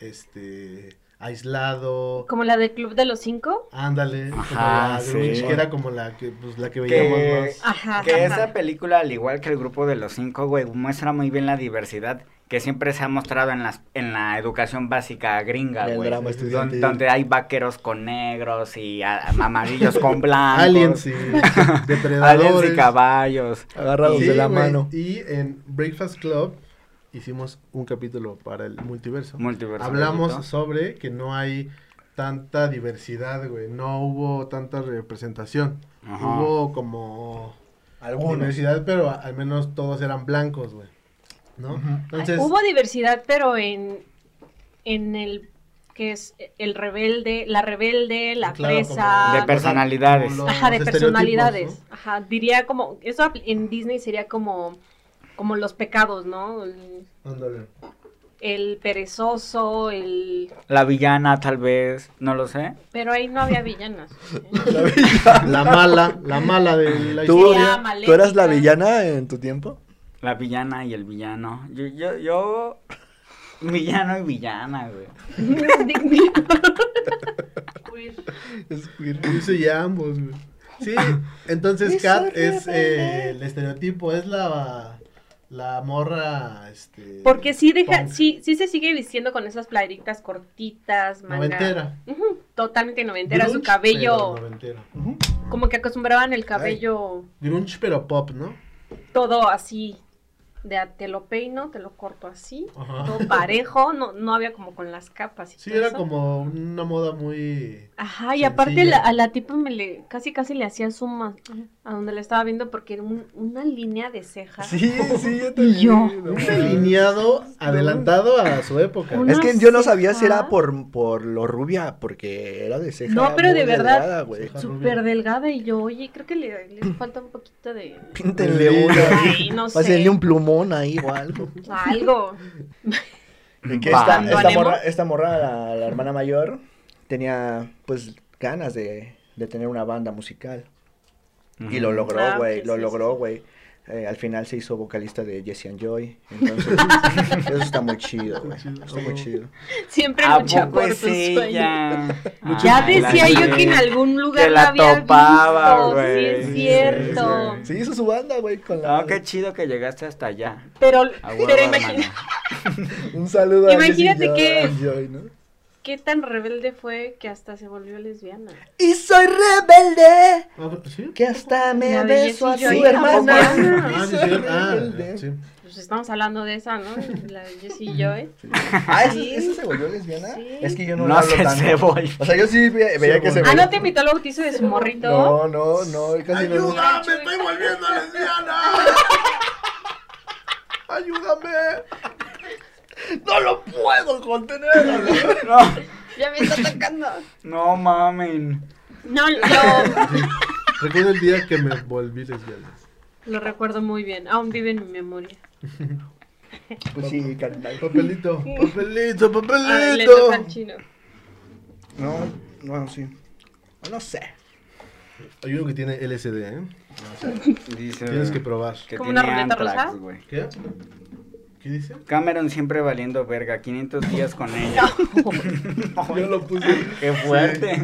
Speaker 2: eh, este aislado.
Speaker 1: Como la del Club de los Cinco.
Speaker 2: Ándale, como
Speaker 3: Ajá,
Speaker 2: la
Speaker 3: sí.
Speaker 2: Grunge, que era como la que, pues, la que veíamos
Speaker 3: Que,
Speaker 2: más.
Speaker 1: Ajá,
Speaker 3: que
Speaker 1: ajá.
Speaker 3: esa película, al igual que el grupo de los cinco, güey, muestra muy bien la diversidad que siempre se ha mostrado en, las, en la educación básica gringa,
Speaker 4: El
Speaker 3: güey.
Speaker 4: drama
Speaker 3: Don-
Speaker 2: estudiantil.
Speaker 3: Donde hay vaqueros con negros y a- amarillos con blancos.
Speaker 2: Aliens y depredadores.
Speaker 3: Aliens y caballos.
Speaker 4: Agarrados
Speaker 2: Sí,
Speaker 4: de la
Speaker 2: güey,
Speaker 4: mano.
Speaker 2: Y en Breakfast Club hicimos un capítulo para el multiverso.
Speaker 3: Multiverso.
Speaker 2: Hablamos
Speaker 3: maldito.
Speaker 2: sobre que no hay tanta diversidad, güey. No hubo tanta representación.
Speaker 3: Ajá.
Speaker 2: Hubo como diversidad, pero a- al menos todos eran blancos, güey. ¿No? Entonces,
Speaker 1: Hubo diversidad, pero en, en el que es el rebelde, la rebelde, la
Speaker 2: claro,
Speaker 1: presa.
Speaker 3: De personalidades.
Speaker 2: como los
Speaker 1: Ajá, de
Speaker 2: estereotipos,
Speaker 1: personalidades.
Speaker 2: ¿no?
Speaker 1: Ajá, diría como, eso apl- en Disney sería como, como los pecados, ¿no? El,
Speaker 2: Ándale.
Speaker 1: el perezoso, el...
Speaker 3: La villana, tal vez, no lo sé.
Speaker 1: Pero ahí no había villanas.
Speaker 2: La mala, la mala de la
Speaker 4: ¿Tú,
Speaker 2: historia.
Speaker 1: Sería
Speaker 4: ¿Tú eras la
Speaker 1: maléfica.
Speaker 4: villana en tu tiempo?
Speaker 3: La villana y el villano. Yo, yo, yo. Villano y villana, güey.
Speaker 4: Es queer.
Speaker 2: Yo soy ya ambos, güey. Sí, entonces Kat es eh, el estereotipo, es la, la morra, este...
Speaker 1: Porque sí deja,
Speaker 2: punk,
Speaker 1: sí, sí se sigue vistiendo con esas playeritas cortitas, manga.
Speaker 2: Noventera.
Speaker 1: Ujú, totalmente noventera, su
Speaker 2: Grunge,
Speaker 1: cabello,
Speaker 2: pero noventera.
Speaker 1: como que acostumbraban el cabello
Speaker 2: Grunge, pero pop, ¿no?
Speaker 1: todo así, de a- te lo peino, te lo corto así,
Speaker 2: Ajá.
Speaker 1: todo parejo, no, no había como con las capas y
Speaker 2: Ah. Sí,
Speaker 1: todo
Speaker 2: era
Speaker 1: eso.
Speaker 2: como una moda muy...
Speaker 1: Ajá, y
Speaker 2: sencilla.
Speaker 1: aparte la- a la tipa me le, casi casi le hacía suma a donde la estaba viendo porque era un- una línea de ceja.
Speaker 4: Sí, sí, yo
Speaker 1: Y yo.
Speaker 2: un delineado adelantado a su época.
Speaker 1: Una-
Speaker 4: Es que yo no sabía si
Speaker 1: ceja.
Speaker 4: era por, por lo rubia, porque era de ceja.
Speaker 1: No, pero
Speaker 4: muy
Speaker 1: de verdad.
Speaker 4: delgada, güey.
Speaker 2: Ceja.
Speaker 1: Súper delgada y yo, oye, creo que le, le falta un poquito de...
Speaker 4: Píntenle
Speaker 2: Sí.
Speaker 4: una.
Speaker 1: Ay, no sé,
Speaker 4: Pásenle un plumón ahí o algo.
Speaker 1: algo.
Speaker 4: De que esta,
Speaker 3: Va.
Speaker 4: esta
Speaker 1: ¿Abandonemos?
Speaker 4: morra, esta morra, la, la hermana mayor, tenía pues ganas de, de tener una banda musical. Y lo
Speaker 1: Ah,
Speaker 4: logró, güey,
Speaker 1: sí,
Speaker 4: lo
Speaker 1: sí,
Speaker 4: logró,
Speaker 1: sí.
Speaker 4: güey. Eh, al final se hizo vocalista de Jesse and Joy. Entonces, eso está muy chido, güey.
Speaker 2: Está muy chido.
Speaker 4: Está muy chido.
Speaker 1: Siempre
Speaker 3: ¿A
Speaker 1: lucha
Speaker 3: poco
Speaker 1: por
Speaker 3: es
Speaker 1: sus sueños.
Speaker 3: Ah, pues ella? Ay,
Speaker 1: Ya
Speaker 3: la
Speaker 1: decía yo que en
Speaker 3: vi.
Speaker 1: algún lugar
Speaker 3: Que
Speaker 1: la,
Speaker 3: la
Speaker 1: había
Speaker 3: topaba,
Speaker 1: visto. Sí,
Speaker 3: güey.
Speaker 1: es
Speaker 3: Sí,
Speaker 1: cierto.
Speaker 3: sí,
Speaker 4: Sí, hizo su banda, güey, con la...
Speaker 3: No, qué chido que llegaste hasta allá.
Speaker 1: Pero,
Speaker 3: A huevo,
Speaker 1: pero
Speaker 3: hermano.
Speaker 1: imagina
Speaker 4: Un saludo
Speaker 1: Imagínate
Speaker 4: a
Speaker 1: que-
Speaker 4: Jesse and Joy, ¿no?
Speaker 1: qué tan rebelde fue que hasta se volvió lesbiana.
Speaker 4: Y soy rebelde,
Speaker 2: Ah, ¿Sí?
Speaker 4: que hasta me
Speaker 1: La de
Speaker 4: beso a
Speaker 1: Jesse
Speaker 4: su
Speaker 1: and Joy.
Speaker 4: hermana.
Speaker 2: Ah,
Speaker 4: Y
Speaker 2: sí,
Speaker 4: soy
Speaker 2: sí, ah,
Speaker 4: rebelde.
Speaker 2: sí.
Speaker 1: Pues estamos hablando de esa, ¿no? La de Jessie Joy.
Speaker 4: Ah, ¿esa,
Speaker 1: Sí.
Speaker 4: esa se volvió lesbiana?
Speaker 1: Sí.
Speaker 4: Es que yo no,
Speaker 3: No,
Speaker 4: la hablo
Speaker 3: se,
Speaker 4: tanto.
Speaker 3: se volvió.
Speaker 4: O sea, yo sí ve- veía que se
Speaker 1: Ah,
Speaker 4: volvió.
Speaker 1: ¿no te invitó al bautizo de su morrito?
Speaker 4: No, no, no, casi no.
Speaker 2: ¡Ayuda! ¡Me estoy volviendo lesbiana! ¡Ayúdame!
Speaker 4: ¡No lo puedo contener!
Speaker 3: No,
Speaker 1: Ya me está atacando.
Speaker 3: no mamen.
Speaker 1: No, lo,
Speaker 2: Sí. Recuerdo el día que me volví lesbiana.
Speaker 1: lo recuerdo muy bien. Aún vive en mi memoria.
Speaker 4: Pues sí, carnal.
Speaker 2: Papelito, papelito,
Speaker 1: Ah, le toca al
Speaker 2: papelito.
Speaker 1: chino.
Speaker 4: No, no, sí. No sé.
Speaker 2: Hay uno que tiene LSD, ¿eh?
Speaker 3: Dice,
Speaker 2: Tienes que probar.
Speaker 1: ¿Como una
Speaker 3: tiene
Speaker 1: ruleta
Speaker 3: antrax,
Speaker 1: rusa?
Speaker 3: güey.
Speaker 2: ¿Qué? ¿Qué dice?
Speaker 3: Cameron siempre valiendo verga, 500 días con ella.
Speaker 2: Yo lo puse.
Speaker 3: Qué fuerte.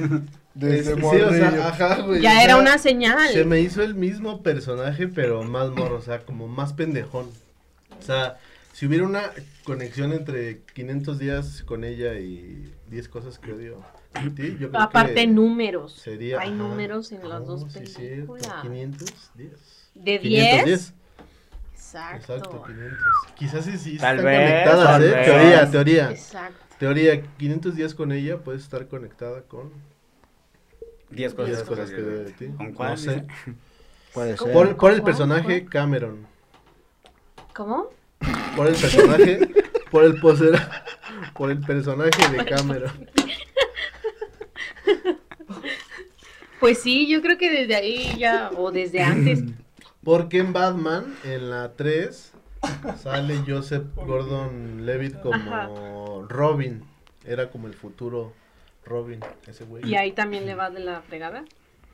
Speaker 4: Desde
Speaker 2: sí,
Speaker 4: morrillo.
Speaker 2: o sea, ajá, güey. o
Speaker 1: Ya
Speaker 2: sea,
Speaker 1: era una señal.
Speaker 2: Se me hizo el mismo personaje, pero más morro, o sea, como más pendejón. O sea, si hubiera una conexión entre 500 días con ella y 10 cosas que odio de ti, yo creo
Speaker 1: Aparte,
Speaker 2: que
Speaker 1: números.
Speaker 2: sería...
Speaker 1: Hay
Speaker 2: ajá.
Speaker 1: números en las
Speaker 2: Oh,
Speaker 1: dos
Speaker 2: sí,
Speaker 1: películas.
Speaker 2: cierto, 510.
Speaker 1: ¿De 10?
Speaker 2: 510.
Speaker 1: Exacto.
Speaker 2: Exacto, 500. Quizás sí, sí,
Speaker 3: Tal
Speaker 2: están
Speaker 3: vez,
Speaker 2: conectadas,
Speaker 3: tal
Speaker 2: ¿eh?
Speaker 3: vez.
Speaker 2: Teoría, teoría.
Speaker 1: Exacto.
Speaker 2: Teoría, 500 días con ella puedes estar conectada con
Speaker 3: 10 cosas,
Speaker 2: diez
Speaker 1: Diez
Speaker 2: cosas que
Speaker 3: yo-
Speaker 2: de ti.
Speaker 3: ¿Con cuál?
Speaker 2: No sé.
Speaker 4: Puede
Speaker 1: ¿Cómo?
Speaker 2: Por,
Speaker 4: ser.
Speaker 2: por el
Speaker 1: ¿Cuál?
Speaker 2: personaje Cameron.
Speaker 1: ¿Cómo?
Speaker 2: Por el personaje. por el poser, Por el personaje de Cameron.
Speaker 1: Pues sí, yo creo que desde ahí ya, o desde antes.
Speaker 2: Porque en Batman, en la 3, sale Joseph Gordon Levitt como Robin. Era como el futuro Robin, ese güey.
Speaker 1: y ahí también le va de la fregada.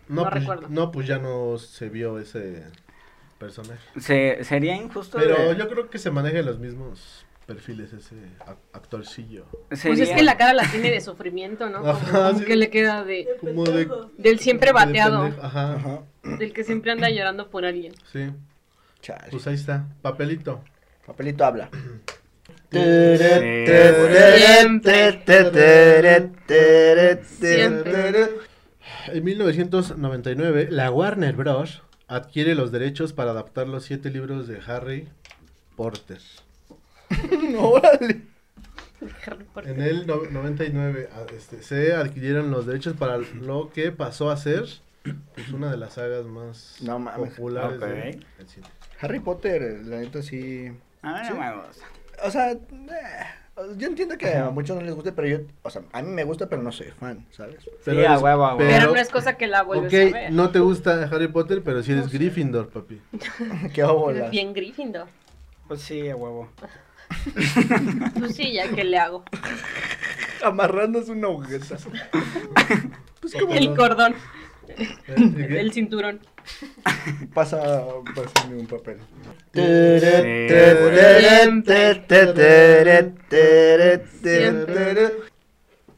Speaker 2: No,
Speaker 1: no
Speaker 2: pues,
Speaker 1: recuerdo.
Speaker 2: no, pues ya no se vio ese personaje.
Speaker 3: Se- sería injusto.
Speaker 2: Pero
Speaker 3: de-
Speaker 2: yo creo que se maneja los mismos perfiles ese ac- actorcillo.
Speaker 1: Pues es
Speaker 3: sería-
Speaker 1: que la cara la tiene de sufrimiento, ¿no? Como,
Speaker 2: Ajá,
Speaker 1: como
Speaker 2: sí.
Speaker 1: que le queda de
Speaker 2: Como de-
Speaker 1: del siempre
Speaker 2: De pendejo,
Speaker 1: bateado,
Speaker 2: Ajá,
Speaker 4: Ajá.
Speaker 1: del que siempre anda llorando por alguien.
Speaker 2: sí.
Speaker 4: Chale.
Speaker 2: Pues ahí está, papelito.
Speaker 4: Papelito habla.
Speaker 2: En 1999, la Warner Bros. adquiere los derechos para adaptar los siete libros de Harry Potter.
Speaker 4: Órale.
Speaker 1: Harry Potter.
Speaker 2: En el no- 99 a- este, se adquirieron los derechos para lo que pasó a ser pues, una de las sagas más
Speaker 4: No mames.
Speaker 2: populares
Speaker 3: Ok.
Speaker 2: de- del cine.
Speaker 4: Harry Potter, la neta sí.
Speaker 3: A ver,
Speaker 4: Sí.
Speaker 3: vamos.
Speaker 4: O sea, eh, yo entiendo que a muchos no les guste, pero yo, o sea, a mí me gusta, pero no soy fan, ¿sabes?
Speaker 3: Sí, a huevo, a huevo.
Speaker 1: Pero no es cosa que la vuelves
Speaker 2: Ok,
Speaker 1: a ver.
Speaker 2: no te gusta Harry Potter, pero si eres Gryffindor, papi.
Speaker 4: Qué óbolas.
Speaker 1: Bien Gryffindor.
Speaker 3: Pues sí, a huevo.
Speaker 1: Pues sí, ya que le hago.
Speaker 4: Amarrándose una agujeta.
Speaker 2: Pues
Speaker 1: El cordón, el
Speaker 2: Eh, El
Speaker 1: cinturón.
Speaker 4: Pasa, pásame un papel.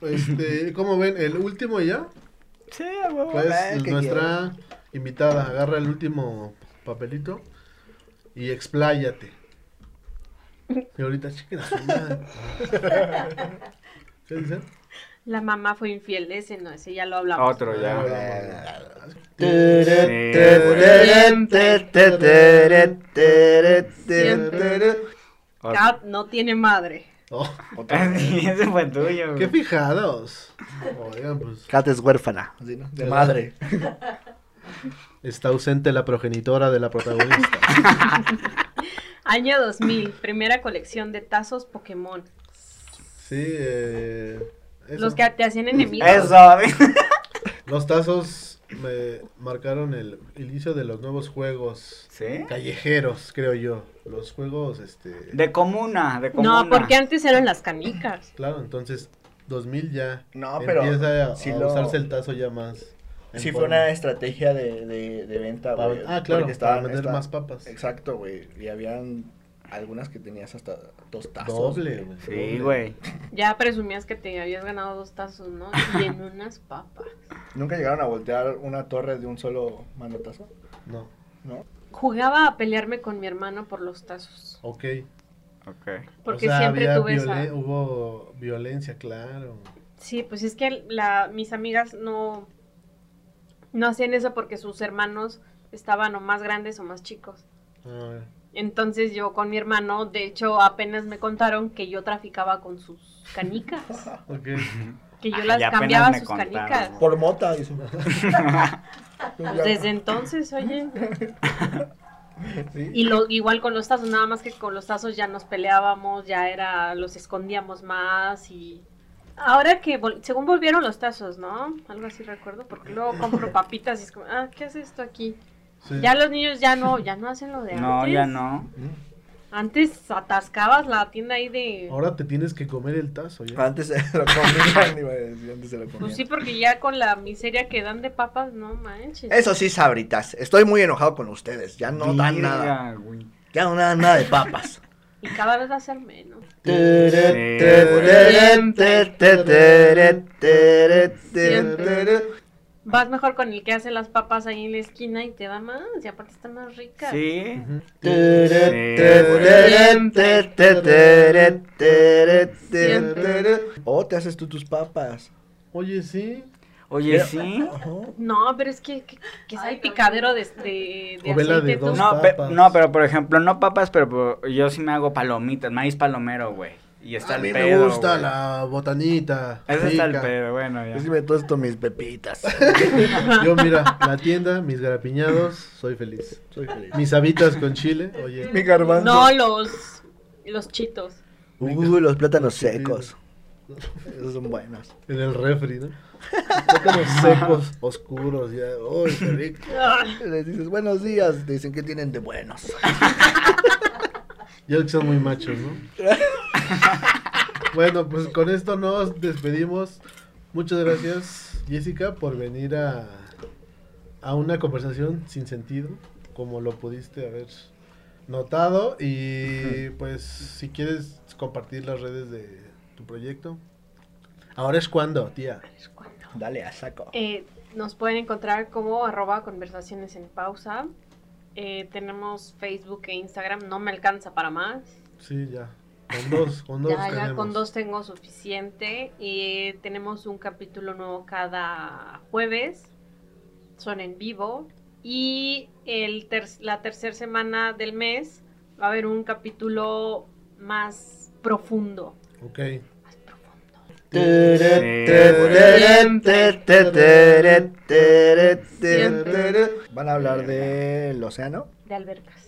Speaker 2: este, ¿Cómo ven? ¿El último ya?
Speaker 3: Sí, a huevo.
Speaker 2: Pues
Speaker 4: Ah, que
Speaker 2: nuestra invitada agarra el último papelito y expláyate. Y ahorita chequen a su madre. ¿Qué dicen?
Speaker 1: La mamá fue infiel, ese no, ese ya lo hablamos.
Speaker 3: Otro ya.
Speaker 4: Eh.
Speaker 3: Otro.
Speaker 1: Kat no tiene madre.
Speaker 2: Oh,
Speaker 4: Otra.
Speaker 3: Sí, ese fue tuyo.
Speaker 2: qué
Speaker 3: güey.
Speaker 2: fijados. Oigan, pues.
Speaker 4: Kat es huérfana. De madre.
Speaker 2: Está ausente la progenitora de la protagonista.
Speaker 1: Año 2000, primera colección de tazos Pokémon.
Speaker 2: Sí, eh, eso.
Speaker 1: Los que te hacían enemigos.
Speaker 3: Eso.
Speaker 2: Los tazos me marcaron el inicio de los nuevos juegos
Speaker 3: ¿Sí?
Speaker 2: callejeros, creo yo. Los juegos, este...
Speaker 3: De comuna, de comuna.
Speaker 1: No, porque antes eran las canicas.
Speaker 2: Claro, entonces 2000 ya
Speaker 4: No, pero
Speaker 2: empieza a,
Speaker 4: sí
Speaker 2: a
Speaker 4: lo-
Speaker 2: usarse el tazo ya más. en
Speaker 4: Sí fue
Speaker 2: forma.
Speaker 4: una estrategia de, de, de venta,
Speaker 2: Para-
Speaker 4: güey.
Speaker 2: ah, claro,
Speaker 4: porque
Speaker 2: para
Speaker 4: estaban-
Speaker 2: vender
Speaker 4: estaban-
Speaker 2: más papas.
Speaker 4: Exacto, güey. Y habían algunas que tenías hasta dos tazos.
Speaker 2: Doble,
Speaker 4: güey.
Speaker 2: güey. doble.
Speaker 3: Sí, güey.
Speaker 1: Ya presumías que te habías ganado dos tazos, ¿no? Y en unas papas.
Speaker 4: Nunca llegaron a voltear una torre de un solo manotazo,
Speaker 2: No,
Speaker 4: ¿no?
Speaker 1: Jugaba a pelearme con mi hermano por los tazos.
Speaker 2: ok.
Speaker 3: Ok.
Speaker 1: Porque
Speaker 2: O sea,
Speaker 1: siempre
Speaker 2: había
Speaker 1: tuve esa.
Speaker 2: violen- Hubo violencia, claro.
Speaker 1: Sí, pues es que la, mis amigas no, no hacían eso porque sus hermanos estaban o más grandes o más chicos.
Speaker 2: Ah,
Speaker 1: Entonces yo con mi hermano, de hecho apenas me contaron que yo traficaba con sus canicas,
Speaker 2: ok.
Speaker 1: que yo
Speaker 3: Ay,
Speaker 1: las
Speaker 3: Ah, ya apenas
Speaker 1: cambiaba
Speaker 3: me
Speaker 1: sus
Speaker 3: contaron.
Speaker 1: canicas.
Speaker 4: Por mota, dice.
Speaker 1: Pues desde entonces, oye.
Speaker 4: Sí.
Speaker 1: Y lo, igual con los tazos, nada más que con los tazos ya nos peleábamos, ya era, los escondíamos más y... Ahora que, vol- según volvieron los tazos, ¿no? Algo así recuerdo, porque luego compro papitas y es como, ah, ¿qué hace esto aquí?
Speaker 2: Sí.
Speaker 1: Ya los niños ya no, ya no hacen lo de antes.
Speaker 3: No, ya no.
Speaker 1: Antes atascabas la tienda ahí de...
Speaker 2: Ahora te tienes que comer el tazo ya.
Speaker 4: Antes se lo comían, iba a decir, antes se lo comían.
Speaker 1: Pues sí, porque ya con la miseria que dan de papas, no manches.
Speaker 4: Eso sí, sabritas. Estoy muy enojado con ustedes. Ya no dan
Speaker 3: Virga,
Speaker 4: nada.
Speaker 3: güey.
Speaker 4: Ya no dan nada de papas.
Speaker 1: Y cada vez va a ser menos. Vas mejor con el que hace las papas ahí en la esquina y te da más, y aparte están más ricas.
Speaker 3: Sí.
Speaker 2: Ujú.
Speaker 4: O Oh, te haces tú tus papas.
Speaker 2: Oye, sí.
Speaker 3: Oye, sí.
Speaker 1: No, pero es que, que, que
Speaker 6: Ay,
Speaker 1: salpicadero de, de, de
Speaker 2: O vela de
Speaker 1: aceite, tú.
Speaker 2: dos.
Speaker 3: No, pe-
Speaker 2: papas.
Speaker 3: no, pero por ejemplo, no papas, pero por- yo sí me hago palomitas, maíz palomero, güey. Y está
Speaker 2: a
Speaker 3: el
Speaker 2: mí
Speaker 3: pedo.
Speaker 2: me gusta
Speaker 3: güey.
Speaker 2: la botanita.
Speaker 3: Ese está el
Speaker 2: rica.
Speaker 3: pedo, bueno, ya.
Speaker 4: Yo sí me tosto mis pepitas.
Speaker 2: Yo mira, la tienda, mis garapiñados, soy feliz.
Speaker 4: Soy feliz.
Speaker 2: Mis habitas con chile, oye.
Speaker 4: Mi garbanzo.
Speaker 1: No, los, los chitos.
Speaker 4: Uh, los plátanos secos. Esos son buenos.
Speaker 2: En el refri, ¿no? Plátanos secos, oscuros, ya. Uy, qué rico.
Speaker 4: Les dices, buenos días. Te dicen, ¿qué tienen de buenos?
Speaker 2: Ya que son muy machos, ¿no? Bueno, pues con esto nos despedimos. Muchas gracias, Jessica, por venir a, a una conversación sin sentido, como lo pudiste haber notado. Y pues, si quieres compartir las redes de tu proyecto. Ahora es cuando, tía.
Speaker 1: Es cuando.
Speaker 4: Dale, a saco.
Speaker 1: Eh, nos pueden encontrar como arroba conversaciones en pausa. Eh, tenemos Facebook e Instagram, no me alcanza para más.
Speaker 2: Sí, ya. Con dos, con dos.
Speaker 1: ya, ya
Speaker 2: tenemos.
Speaker 1: con dos tengo suficiente. Y tenemos un capítulo nuevo cada jueves. Son en vivo. Y el ter- la tercera semana del mes va a haber un capítulo más profundo.
Speaker 2: Ok.
Speaker 1: Más profundo.
Speaker 4: Van a hablar del océano.
Speaker 1: De albercas.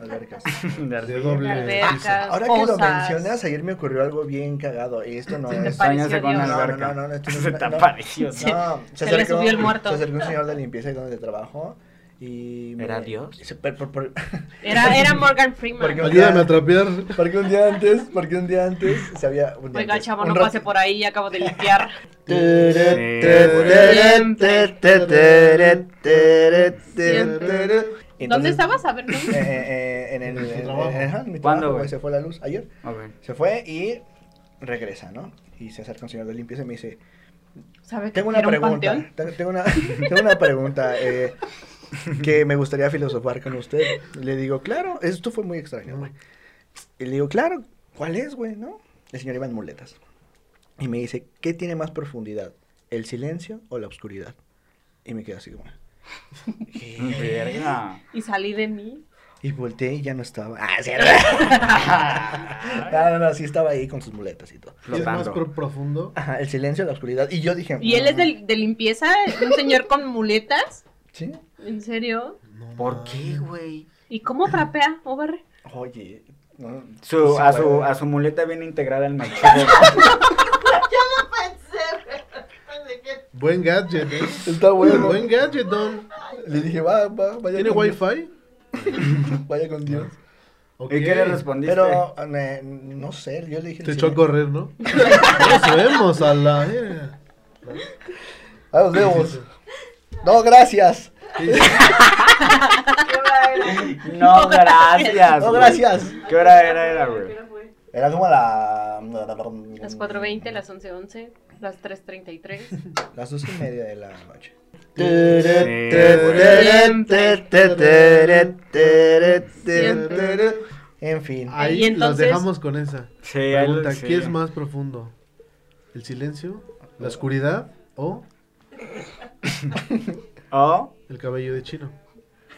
Speaker 4: Albercas.
Speaker 2: De
Speaker 1: De
Speaker 2: doble piso.
Speaker 1: albercas.
Speaker 4: Ahora que lo
Speaker 1: pozas.
Speaker 4: mencionas, ayer me ocurrió algo bien cagado. Y esto no
Speaker 1: te
Speaker 4: es.
Speaker 1: pareció
Speaker 3: Sueñase con
Speaker 1: Dios.
Speaker 3: una
Speaker 1: No, no,
Speaker 3: alberca.
Speaker 4: no, no, no, esto no es
Speaker 3: Se
Speaker 4: una-
Speaker 3: te
Speaker 4: no.
Speaker 3: apareció.
Speaker 4: No,
Speaker 3: sí.
Speaker 4: se,
Speaker 1: Se le
Speaker 4: acercó,
Speaker 1: subió el muerto.
Speaker 4: se acercó un señor de limpieza y donde trabajo. Y
Speaker 3: ¿Era Dios?
Speaker 4: se- por- por- por-
Speaker 1: Era, era Morgan Freeman.
Speaker 4: Porque-
Speaker 2: Ayúdame a trapear.
Speaker 4: porque un día antes, porque un día antes se había. Un día
Speaker 1: Oiga,
Speaker 4: antes,
Speaker 1: chavo,
Speaker 4: un
Speaker 1: no
Speaker 4: ro-
Speaker 1: pase por ahí, ya acabo de limpiar. ¿Dónde
Speaker 4: Entonces,
Speaker 1: estabas? A ver, ¿dónde?
Speaker 4: eh, eh, en el.
Speaker 2: En su
Speaker 4: en-
Speaker 2: trabajo.
Speaker 4: en- ajá, en mi
Speaker 3: ¿Cuándo,
Speaker 4: trabajo,
Speaker 3: güey?
Speaker 4: Se fue la luz ayer.
Speaker 3: Ok.
Speaker 4: Se fue y regresa, ¿no? Y se acerca un señor de limpieza y me dice,
Speaker 1: ¿Sabe que
Speaker 4: tengo una
Speaker 1: era un
Speaker 4: pregunta,
Speaker 1: panteón?
Speaker 4: tengo tengo una, tengo una pregunta eh, que me gustaría filosofar con usted. Le digo, claro, esto fue muy extraño, güey. Y le digo, claro, ¿cuál es, güey, no? El señor iba en muletas. Y me dice, ¿qué tiene más profundidad, el silencio o la oscuridad? Y me quedo así como...
Speaker 3: Verga.
Speaker 1: Y salí de mí.
Speaker 4: Y volteé y ya no estaba. Ah, sí, no, no, no, sí estaba ahí con sus muletas y todo.
Speaker 2: Y es más
Speaker 3: Flotando.
Speaker 2: pro- profundo.
Speaker 4: Ajá, el silencio, la oscuridad. Y yo dije...
Speaker 1: ¿Y él es
Speaker 4: "Mm,
Speaker 1: de, de limpieza? ¿Un señor con muletas?
Speaker 4: ¿Sí?
Speaker 1: ¿En serio?
Speaker 2: No
Speaker 3: ¿Por qué,
Speaker 2: mames.
Speaker 3: güey?
Speaker 1: ¿Y cómo trapea o barre?
Speaker 4: Oye, no,
Speaker 3: Su,
Speaker 4: sí,
Speaker 3: a, su,
Speaker 4: güey.
Speaker 3: a su muleta viene integrada el machete.
Speaker 6: Pensé que-
Speaker 2: Buen gadget, ¿eh?
Speaker 4: Está bueno.
Speaker 2: Buen gadget, Don.
Speaker 4: Le dije, va, va, vaya
Speaker 2: ¿Tiene
Speaker 4: con
Speaker 2: wifi?
Speaker 4: Dios, Vaya con Dios.
Speaker 2: Ok.
Speaker 3: ¿Y qué le respondiste?
Speaker 4: Pero, eh, no sé, yo le dije...
Speaker 2: Te
Speaker 4: sí.
Speaker 2: echó a correr, ¿no? Nos vemos a la... verga.
Speaker 4: Ah, nos vemos. No, gracias.
Speaker 2: ¿Qué dices?
Speaker 6: ¿Qué hora era?
Speaker 3: No,
Speaker 2: Ah,
Speaker 3: gracias.
Speaker 4: No,
Speaker 3: güey.
Speaker 4: gracias.
Speaker 3: ¿Qué hora era, era,
Speaker 6: ¿Qué
Speaker 3: güey?
Speaker 6: hora fue?
Speaker 4: Era como la...
Speaker 1: Las 4.20, las 11.11, las 3.33.
Speaker 4: Las dos y media de la noche. En fin.
Speaker 2: Ahí
Speaker 1: Y entonces-
Speaker 2: los dejamos con esa.
Speaker 3: Sí, ahí lo-
Speaker 2: Pregunta,
Speaker 3: sí.
Speaker 2: ¿qué es más profundo? ¿El silencio? ¿La oscuridad? ¿O
Speaker 3: ¿O?
Speaker 2: el cabello de chino?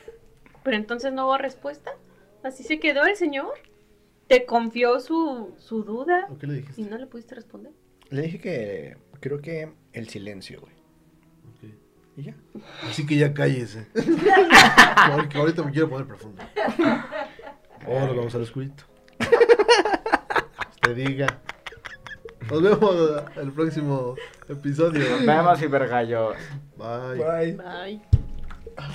Speaker 1: Pero entonces no hubo respuesta. Así se quedó el señor. Te confió su, su duda
Speaker 2: ¿O qué le
Speaker 1: y
Speaker 2: dijiste?
Speaker 1: no le pudiste responder.
Speaker 4: Le dije que... Creo que el silencio, güey.
Speaker 2: Ok.
Speaker 4: Y ya.
Speaker 2: Así que ya cállese. Porque ahorita me quiero poner profundo. Ahora vamos al oscurito. Te diga. Nos vemos el próximo episodio.
Speaker 3: Nos vemos, hipergallos.
Speaker 2: Bye.
Speaker 4: Bye.
Speaker 1: Bye.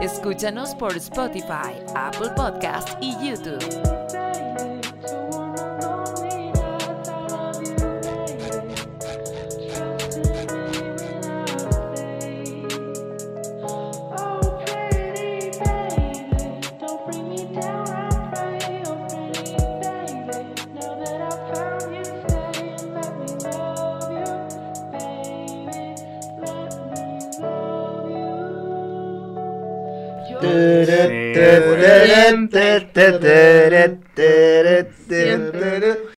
Speaker 5: Escúchanos por Spotify, Apple Podcast y YouTube.
Speaker 2: Siempre.